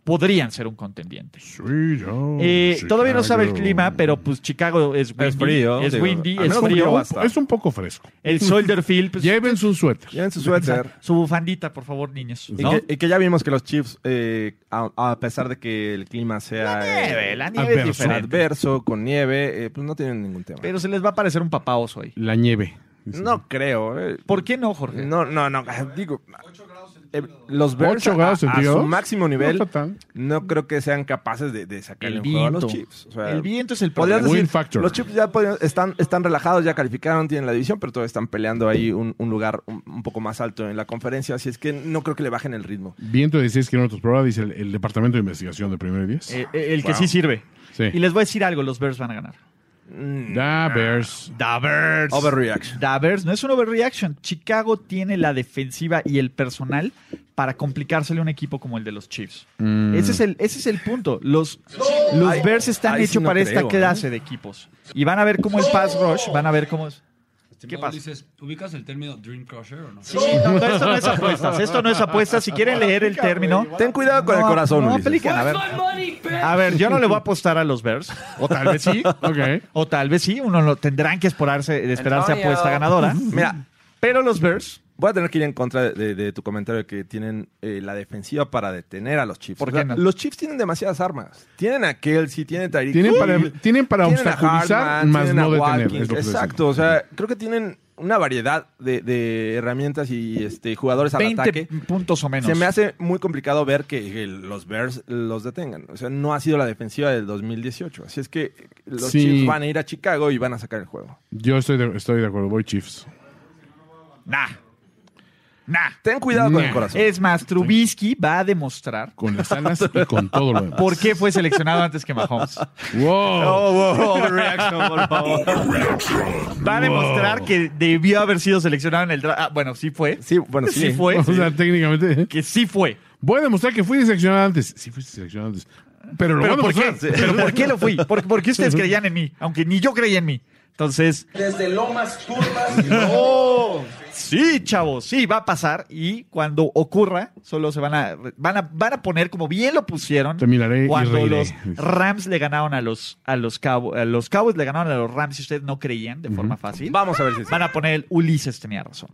Speaker 3: podrían ser un contendiente.
Speaker 1: Sí, yo,
Speaker 3: Eh, todavía no sabe el
Speaker 1: Mm, Chicago.
Speaker 3: clima, pero pues Chicago es windy, es,
Speaker 2: frío, digo,
Speaker 3: windy,
Speaker 2: al
Speaker 3: es
Speaker 2: menos
Speaker 3: frío.
Speaker 2: frío va a estar.
Speaker 1: Es un poco fresco.
Speaker 3: El Soldier Field, pues,
Speaker 1: Llévense un suéter.
Speaker 2: Lleven su suéter.
Speaker 3: su bufandita, por favor, niños.
Speaker 2: <laughs> Y,
Speaker 3: ¿no?
Speaker 2: que, y que ya vimos que los Chiefs, eh, a, a pesar de que el clima sea eh,
Speaker 3: Nieve, la nieve
Speaker 1: adverso.
Speaker 3: es diferente.
Speaker 2: adverso, con nieve, eh, pues no tienen ningún tema.
Speaker 3: Pero se les va a parecer un papá oso ahí.
Speaker 1: La nieve.
Speaker 2: no creo. eh.
Speaker 3: ¿Por qué no, Jorge?
Speaker 2: No, no, no. Digo, eh, los Bears
Speaker 1: Ocho
Speaker 2: a-
Speaker 1: grados
Speaker 2: a, su
Speaker 1: centígrados.
Speaker 2: máximo nivel
Speaker 1: No está tan.
Speaker 2: no creo que sean capaces de, de sacar
Speaker 3: El
Speaker 2: el juego a los
Speaker 3: viento.
Speaker 2: Chiefs. O sea,
Speaker 3: el viento es el
Speaker 2: podrías
Speaker 3: problema.
Speaker 1: Win
Speaker 2: decir,
Speaker 1: factor.
Speaker 2: los Chiefs ya podrían- están, están relajados, ya calificaron, tienen la división, pero todavía están peleando ahí un, un lugar un, un poco más alto en la conferencia. Así es que no creo que le bajen el ritmo.
Speaker 1: Viento de 16 kilómetros por hora, dice el, el Departamento de Investigación de Primero y Diez.
Speaker 3: Eh, eh, el eh, que sí sirve.
Speaker 1: Sí.
Speaker 3: Y les voy a decir algo, los Bears van a ganar. Ah,
Speaker 1: Da Bears.
Speaker 3: Davers.
Speaker 2: Mm, Overreaction.
Speaker 3: Davers no es una overreaction. Chicago tiene la defensiva y el personal para complicársele a un equipo como el de los Chiefs. Ese, es el, ese es el punto. Los, los Bears están
Speaker 2: ahí sí
Speaker 3: hechos
Speaker 2: no
Speaker 3: para esta
Speaker 2: creo, ¿eh?
Speaker 3: clase de equipos. Y van a ver cómo el pass rush, van a ver cómo... es-
Speaker 9: Estimado
Speaker 3: pasa?
Speaker 9: Ulises, ¿ubicas el término Dream Crusher o
Speaker 3: No,
Speaker 9: no?
Speaker 3: no, esto no es apuestas. Esto no es apuestas. Si quieren leer el término...
Speaker 2: Ten cuidado con el
Speaker 3: No,
Speaker 2: corazón,
Speaker 3: no
Speaker 2: Ulises.
Speaker 3: aplican. A ver, a ver, yo no le voy a apostar a los Bears. O tal vez
Speaker 2: <laughs>
Speaker 3: sí.
Speaker 1: Ok.
Speaker 3: O tal vez sí. Uno lo tendrán que esperarse, de esperarse
Speaker 6: Antonio.
Speaker 3: apuesta ganadora.
Speaker 2: <laughs> Mira,
Speaker 3: Pero los Bears
Speaker 2: voy a tener que ir en contra de, de- de tu comentario de que tienen eh, la defensiva para detener a los Chiefs.
Speaker 3: ¿Por
Speaker 2: O sea,
Speaker 3: qué no?
Speaker 2: Los Chiefs tienen demasiadas armas. Tienen a Kelsey, tienen a Tyreek
Speaker 1: Tienen
Speaker 2: Hill,
Speaker 1: para, em-, tienen para
Speaker 2: tienen a
Speaker 1: obstaculizar,
Speaker 2: Hartman,
Speaker 1: más
Speaker 2: tienen a
Speaker 1: no detener.
Speaker 2: Watkins.
Speaker 1: es lo que estoy
Speaker 2: Exacto, o sea, creo que tienen una variedad de, de herramientas y este, jugadores al
Speaker 3: 20
Speaker 2: ataque.
Speaker 3: puntos o menos.
Speaker 2: Se me hace muy complicado ver que, que los Bears los detengan. O sea, no ha sido la defensiva del 2018. Así es que los
Speaker 1: Sí.
Speaker 2: Chiefs van a ir a Chicago y van a sacar el juego.
Speaker 1: diciendo. Yo estoy de, estoy de acuerdo. Voy Chiefs.
Speaker 3: Nah. Nah.
Speaker 2: Ten cuidado con
Speaker 1: Nah.
Speaker 2: el corazón.
Speaker 3: Es más, Trubisky va a demostrar
Speaker 1: Con las alas y con todo lo demás.
Speaker 3: por qué fue seleccionado antes que
Speaker 2: <laughs>
Speaker 3: Mahomes.
Speaker 1: ¡Wow!
Speaker 2: Oh,
Speaker 3: Va a demostrar que debió haber sido seleccionado en el draft. Ah, bueno, sí fue.
Speaker 2: Sí, bueno,
Speaker 3: Sí,
Speaker 2: sí.
Speaker 3: fue.
Speaker 2: <laughs>
Speaker 1: o sea, técnicamente. ¿eh?
Speaker 3: Que sí fue.
Speaker 1: Voy a demostrar que fui seleccionado antes. Sí, fui seleccionado antes. Pero lo
Speaker 3: ¿Pero
Speaker 1: voy a
Speaker 3: por qué?
Speaker 1: demostrar.
Speaker 3: ¿Pero por qué lo fui? ¿Por, por qué ustedes creían en mí? Aunque ni yo creía en mí. Entonces... Desde <laughs> Lomas Turbas. Sí, chavos, sí, va a pasar. Y cuando ocurra, solo se van a... Van a, van a poner como bien lo pusieron.
Speaker 1: Te miraré y
Speaker 3: cuando
Speaker 1: reiré.
Speaker 3: los Rams le ganaron a los a los Cowboys, a los Cowboys le ganaron a los Rams y ustedes no creían de forma fácil.
Speaker 2: Vamos a ver si sí.
Speaker 3: Van a poner el Ulises tenía razón.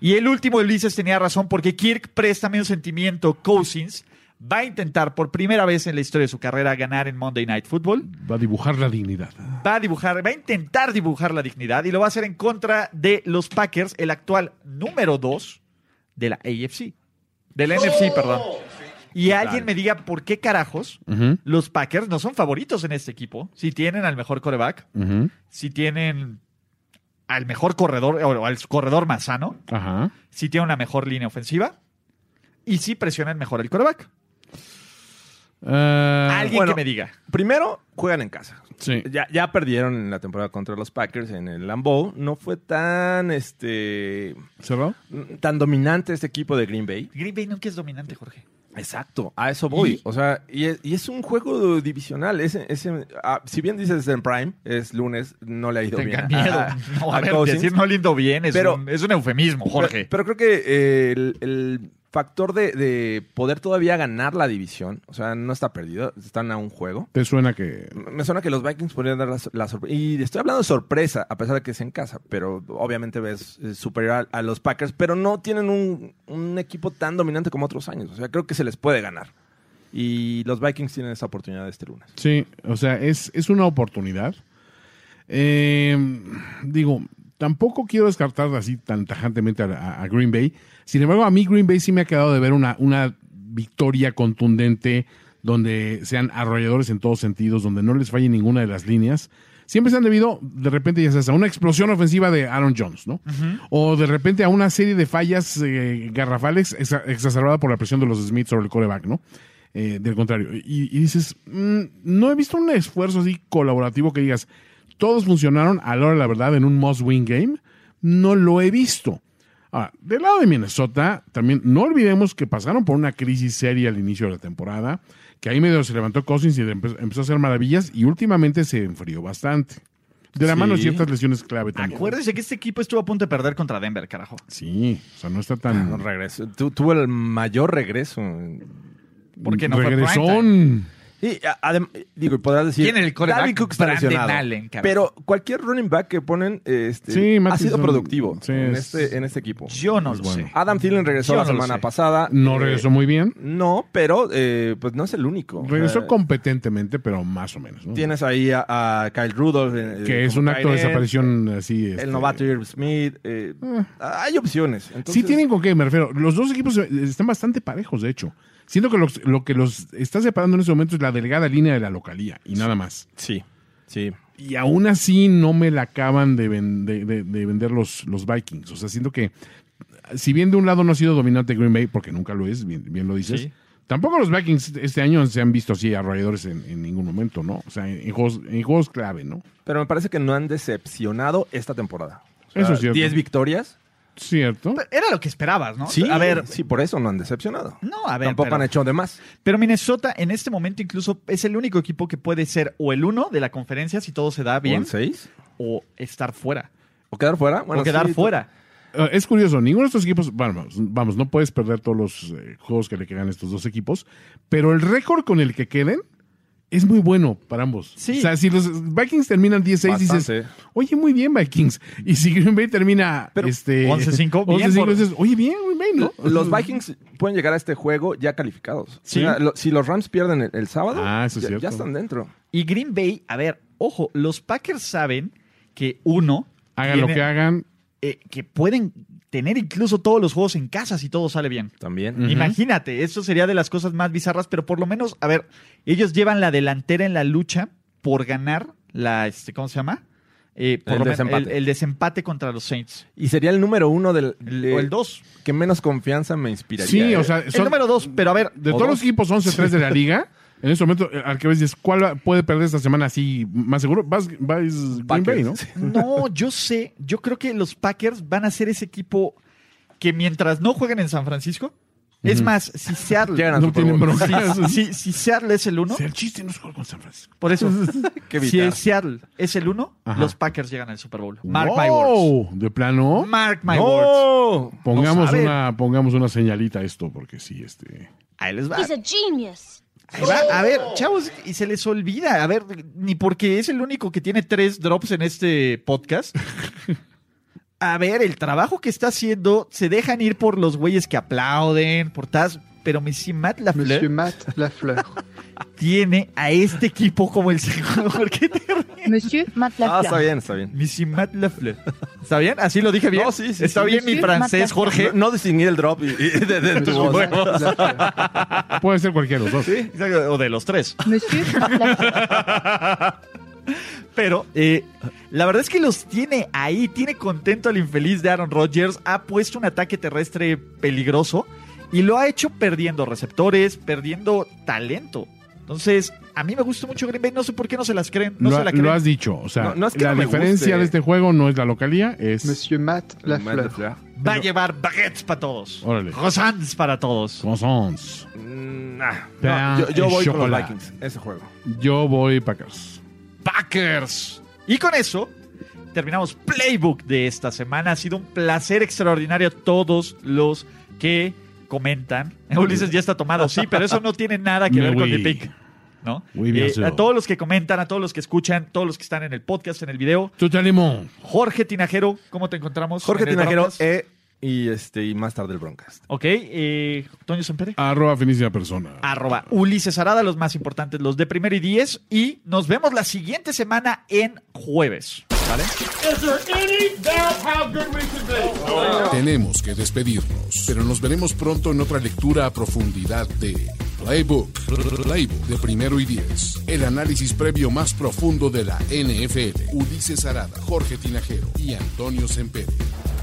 Speaker 3: Y el último Ulises tenía razón porque Kirk préstame un sentimiento Cousins va a intentar por primera vez en la historia de su carrera ganar en Monday Night Football.
Speaker 1: Va a dibujar la dignidad.
Speaker 3: Va a dibujar, va a intentar dibujar la dignidad y lo va a hacer en contra de los Packers, el actual número 2 de la AFC. De la NFC, perdón. Y alguien me diga por qué carajos
Speaker 1: Ujú,
Speaker 3: los Packers no son favoritos en este equipo. Si tienen al mejor coreback,
Speaker 1: ujú.
Speaker 3: si tienen al mejor corredor o al corredor más sano,
Speaker 1: Ajá.
Speaker 3: si tienen una mejor línea ofensiva y si presionan mejor el coreback.
Speaker 1: Ah,
Speaker 3: Alguien
Speaker 2: bueno.
Speaker 3: que me diga.
Speaker 2: Primero, juegan en casa.
Speaker 1: sí.
Speaker 2: Ya, ya perdieron en la temporada contra los Packers en el Lambeau. No fue tan este
Speaker 1: ¿Cerrado?
Speaker 2: tan dominante este equipo de Green Bay.
Speaker 3: Green Bay nunca es dominante, Jorge.
Speaker 2: Exacto, a eso voy.
Speaker 3: Y-
Speaker 2: O sea, y es, y es un juego divisional. Es, es- ah, si bien dices en Prime, es lunes, no le ha ido bien.
Speaker 3: Tengan
Speaker 2: a- <laughs>
Speaker 3: miedo.
Speaker 2: a-
Speaker 3: <laughs> No, a
Speaker 2: a
Speaker 3: ver,
Speaker 2: Cousins.
Speaker 3: decir no lindo bien es,
Speaker 2: Pero-
Speaker 3: un, es un eufemismo, Jorge.
Speaker 2: Pero, pero creo que eh, el, el factor de, de poder todavía ganar la división, o sea, no está perdido, están a un juego.
Speaker 1: ¿Te suena que.?
Speaker 2: M- Me suena que los Vikings podrían dar la, sor- la sorpresa. Y estoy hablando de sorpresa, a pesar de que es en casa, pero obviamente ves eh, superior a, a los Packers, pero no tienen un, un equipo tan dominante como otros años. O sea, creo que se les puede ganar. Y los Vikings tienen esa oportunidad este lunes.
Speaker 1: Sí, o sea, es, es una oportunidad. Eh, digo, tampoco quiero descartar así tan tajantemente a, a- a Green Bay. Sin embargo, a mí Green Bay sí me ha quedado de ver una, una victoria contundente donde sean arrolladores en todos sentidos, donde no les falle ninguna de las líneas. Siempre se han debido, de repente, ya sabes, a una explosión ofensiva de Aaron Jones, ¿no? O de repente a una serie de fallas eh, garrafales exa- exacerbada por la presión de los Smiths sobre el coreback, ¿no? Eh, del contrario. Y, y dices, "Mm, no he visto un esfuerzo así colaborativo que digas, todos funcionaron a la hora de la verdad en un must-win game. No lo he visto. Ahora, del lado de Minnesota, también no olvidemos que pasaron por una crisis seria al inicio de la temporada, que ahí medio se levantó Cousins y empe- empezó a hacer maravillas y últimamente se enfrió bastante. De la mano de
Speaker 2: Sí.
Speaker 1: ciertas lesiones clave también.
Speaker 3: Acuérdense que este equipo estuvo a punto de perder contra Denver, carajo.
Speaker 1: Sí, o sea, no está tan...
Speaker 3: Ah.
Speaker 2: No regreso. Tu- tuvo el mayor regreso.
Speaker 3: Porque no fue primetime.
Speaker 1: regresón.
Speaker 2: Y a- adem- digo, y podrás decir.
Speaker 3: Tiene el coreback
Speaker 2: Dalvin Cook está
Speaker 3: Brandon
Speaker 2: lesionado.
Speaker 3: Allen, cabrón.
Speaker 2: pero cualquier running back que ponen este,
Speaker 1: Sí,
Speaker 2: ha sido
Speaker 1: Mattison.
Speaker 2: productivo
Speaker 1: Sí,
Speaker 2: en,
Speaker 1: es-
Speaker 2: este, en este equipo.
Speaker 3: Yo no lo
Speaker 1: bueno.
Speaker 3: sé.
Speaker 2: Adam Thielen regresó
Speaker 3: Yo
Speaker 2: la
Speaker 3: no lo
Speaker 2: semana
Speaker 3: sé.
Speaker 2: pasada.
Speaker 1: No
Speaker 2: Eh,
Speaker 1: regresó muy bien.
Speaker 2: No, pero eh, pues no es el único.
Speaker 1: Regresó
Speaker 2: O sea,
Speaker 1: competentemente, pero más o menos. ¿no?
Speaker 2: Tienes ahí a, a Kyle Rudolph. eh,
Speaker 1: que es
Speaker 2: como
Speaker 1: un acto de
Speaker 2: tight end,
Speaker 1: desaparición así.
Speaker 2: El
Speaker 1: este,
Speaker 2: novato Irv Smith. eh, Hay opciones.
Speaker 1: Sí
Speaker 2: Entonces,
Speaker 1: tienen con qué, me refiero. Los dos equipos eh, están bastante parejos, de hecho. Siento que los- lo que los está separando en este momento es la delgada línea de la localía y nada más.
Speaker 2: Sí, sí.
Speaker 1: Y aún así no me la acaban de, ven- de- de- de vender los, los Vikings. O sea, siento que, si bien de un lado no ha sido dominante Green Bay, porque nunca lo es, bien, bien lo dices,
Speaker 3: Sí.
Speaker 1: Tampoco los Vikings este año se han visto así arrolladores en, en ningún momento, ¿no? O sea, en, en juegos, en juegos clave, ¿no?
Speaker 2: Pero me parece que no han decepcionado esta temporada. O
Speaker 1: Eso es cierto.
Speaker 2: 10 victorias.
Speaker 1: Cierto.
Speaker 3: Era lo que esperabas, ¿no?
Speaker 2: Sí,
Speaker 3: A ver,
Speaker 2: sí, por eso no han decepcionado.
Speaker 3: No, Mm. a ver,
Speaker 2: Tampoco
Speaker 3: pero-
Speaker 2: han hecho de más.
Speaker 3: Pero Minnesota en este momento incluso es el único equipo que puede ser o el uno de la conferencia si todo se da bien
Speaker 2: ¿O seis?
Speaker 3: o estar fuera
Speaker 2: ¿O quedar fuera? Bueno,
Speaker 3: o quedar
Speaker 2: sí,
Speaker 3: fuera.
Speaker 1: Eh, es curioso, ninguno de estos equipos, vamos, vamos no puedes perder todos los eh, juegos que le quedan a estos dos equipos, pero el récord con el que queden es muy bueno para ambos.
Speaker 3: Sí.
Speaker 1: O sea, si los Vikings terminan 16, dices,
Speaker 2: Bastante.
Speaker 1: oye, muy bien, Vikings. Y si Green Bay termina
Speaker 2: Pero
Speaker 1: este,
Speaker 3: 11-5, bien
Speaker 1: 11-5,
Speaker 3: por-
Speaker 1: dices, oye, bien, Green Bay, ¿no?
Speaker 2: Los Vikings pueden llegar a este juego ya calificados.
Speaker 3: Sí.
Speaker 2: O sea, lo- si los Rams pierden el, el sábado,
Speaker 1: Ah, eso es
Speaker 2: ya,
Speaker 1: cierto.
Speaker 2: ya están dentro.
Speaker 3: Y Green Bay, a ver, ojo, los Packers saben que uno
Speaker 1: Hagan lo
Speaker 3: tiene-
Speaker 1: que hagan.
Speaker 3: eh, que pueden tener incluso todos los juegos en casa si todo sale bien.
Speaker 2: También.
Speaker 3: Imagínate, eso sería de las cosas más bizarras, pero por lo menos, a ver, ellos llevan la delantera en la lucha por ganar la, este, ¿cómo se llama? Eh, por
Speaker 2: El
Speaker 3: lo menos
Speaker 2: desempate.
Speaker 3: el- el desempate contra los Saints.
Speaker 2: Y sería el número uno del.
Speaker 3: O el 2.
Speaker 2: Que menos confianza me inspiraría.
Speaker 1: Sí,
Speaker 2: ¿eh?
Speaker 1: o sea,
Speaker 3: El
Speaker 1: Ah, son-
Speaker 3: número 2, pero a ver.
Speaker 1: de
Speaker 3: o
Speaker 1: todos
Speaker 3: dos.
Speaker 1: los equipos 11-3 de la liga, en este momento, eh, al que ves, dices, ¿cuál va- puede perder esta semana así más seguro? Vas, vas Green Bay, ¿no?
Speaker 2: Packers.
Speaker 3: No, yo sé. Yo creo que los Packers van a ser ese equipo que mientras no jueguen en San Francisco, es más, si
Speaker 2: Llegan
Speaker 3: Seattle.
Speaker 2: al
Speaker 1: No
Speaker 2: Super
Speaker 1: tienen
Speaker 2: Bowl.
Speaker 1: bronca.
Speaker 3: <laughs>
Speaker 1: <laughs>
Speaker 3: si, si- si Seattle es el 1,
Speaker 1: O sea, el chiste no es jugar con San Francisco.
Speaker 3: por
Speaker 1: <laughs>
Speaker 3: eso.
Speaker 2: que
Speaker 3: si
Speaker 2: evitar.
Speaker 3: el Seattle es el 1,
Speaker 1: Ajá.
Speaker 3: los Packers llegan al Super Bowl. Mark my words.
Speaker 1: Wow, De plano.
Speaker 3: Mark my words.
Speaker 2: ¡No!
Speaker 3: No
Speaker 1: Pongamos
Speaker 3: sabe.
Speaker 1: una, pongamos una señalita a esto, porque sí, este.
Speaker 3: Ahí les va.
Speaker 10: He's a genius.
Speaker 3: Ahí va. A ver, chavos, y se les olvida. A ver, ni porque es el único que tiene tres drops en este podcast. A ver, el trabajo que está haciendo, se dejan ir por los güeyes que aplauden, por tas, pero Messi Matt Lafleur
Speaker 11: Matt Lafleur.
Speaker 3: <laughs> tiene a este equipo como el segundo. ¿Por qué te ríes?
Speaker 10: Monsieur Matt
Speaker 2: Ah,
Speaker 10: Lafleur.
Speaker 2: está bien, está bien.
Speaker 3: Messi Matt Lafleur. ¿Está bien? ¿Así lo dije bien?
Speaker 2: No, sí, sí,
Speaker 3: ¿Está
Speaker 2: sí.
Speaker 3: bien mi
Speaker 10: Monsieur
Speaker 3: francés,
Speaker 10: Matt Lafleur.
Speaker 3: Jorge?
Speaker 2: No, no distinguí el drop y, y de, de tu voz. Ah.
Speaker 1: Puede ser cualquiera de los dos.
Speaker 3: O de los tres.
Speaker 10: Monsieur Matt Lafleur.
Speaker 3: Pero eh, la verdad es que los tiene ahí. Tiene contento al infeliz de Aaron Rodgers. Ha puesto un ataque terrestre peligroso y lo ha hecho perdiendo receptores, perdiendo talento. Entonces, a mí me gusta mucho Green Bay. No sé por qué no se las creen. No
Speaker 1: lo,
Speaker 3: se la
Speaker 1: lo
Speaker 3: creen.
Speaker 1: has dicho. O sea,
Speaker 2: No, no es que
Speaker 1: la
Speaker 2: no me
Speaker 1: diferencia
Speaker 2: guste.
Speaker 1: de este juego no es la localía, es.
Speaker 11: Monsieur Matt Lafleur.
Speaker 3: Va a llevar baguettes para todos.
Speaker 1: Órale.
Speaker 3: Rosans para todos.
Speaker 1: Croissants.
Speaker 2: Mm, nah.
Speaker 1: Pan
Speaker 2: No, yo, yo
Speaker 1: y
Speaker 2: voy con los
Speaker 1: chocolate.
Speaker 2: Vikings, ese juego.
Speaker 1: Yo voy Packers.
Speaker 3: Packers. Y con eso terminamos Playbook de esta semana. Ha sido un placer extraordinario a todos los que comentan. Ulises ya está tomado, sí, pero eso no tiene nada que
Speaker 1: Me
Speaker 3: ver con mi
Speaker 1: voy.
Speaker 3: pick. ¿no?
Speaker 1: Muy bien,
Speaker 3: Eh,
Speaker 1: señor.
Speaker 3: a todos los que comentan, a todos los que escuchan, todos los que están en el podcast, en el video.
Speaker 1: Tú te animo.
Speaker 3: Jorge Tinajero, ¿cómo te encontramos?
Speaker 2: Jorge
Speaker 3: en el
Speaker 2: Tinajero
Speaker 3: Broncas?
Speaker 2: eh, y, este, y más tarde el Broncast.
Speaker 3: ok, eh, Toño Sempere.
Speaker 1: Arroba finísima persona.
Speaker 3: Arroba Ulises Arada, los más importantes, los de primero y diez. Y nos vemos la siguiente semana en jueves.
Speaker 7: Is there any doubt how good we can be?
Speaker 4: Tenemos que despedirnos, pero nos veremos pronto en otra lectura a profundidad de Playbook, Playbook de primero y diez, el análisis previo más profundo de la NFL. Ulises Arada, Jorge Tinajero y Antonio Sempere.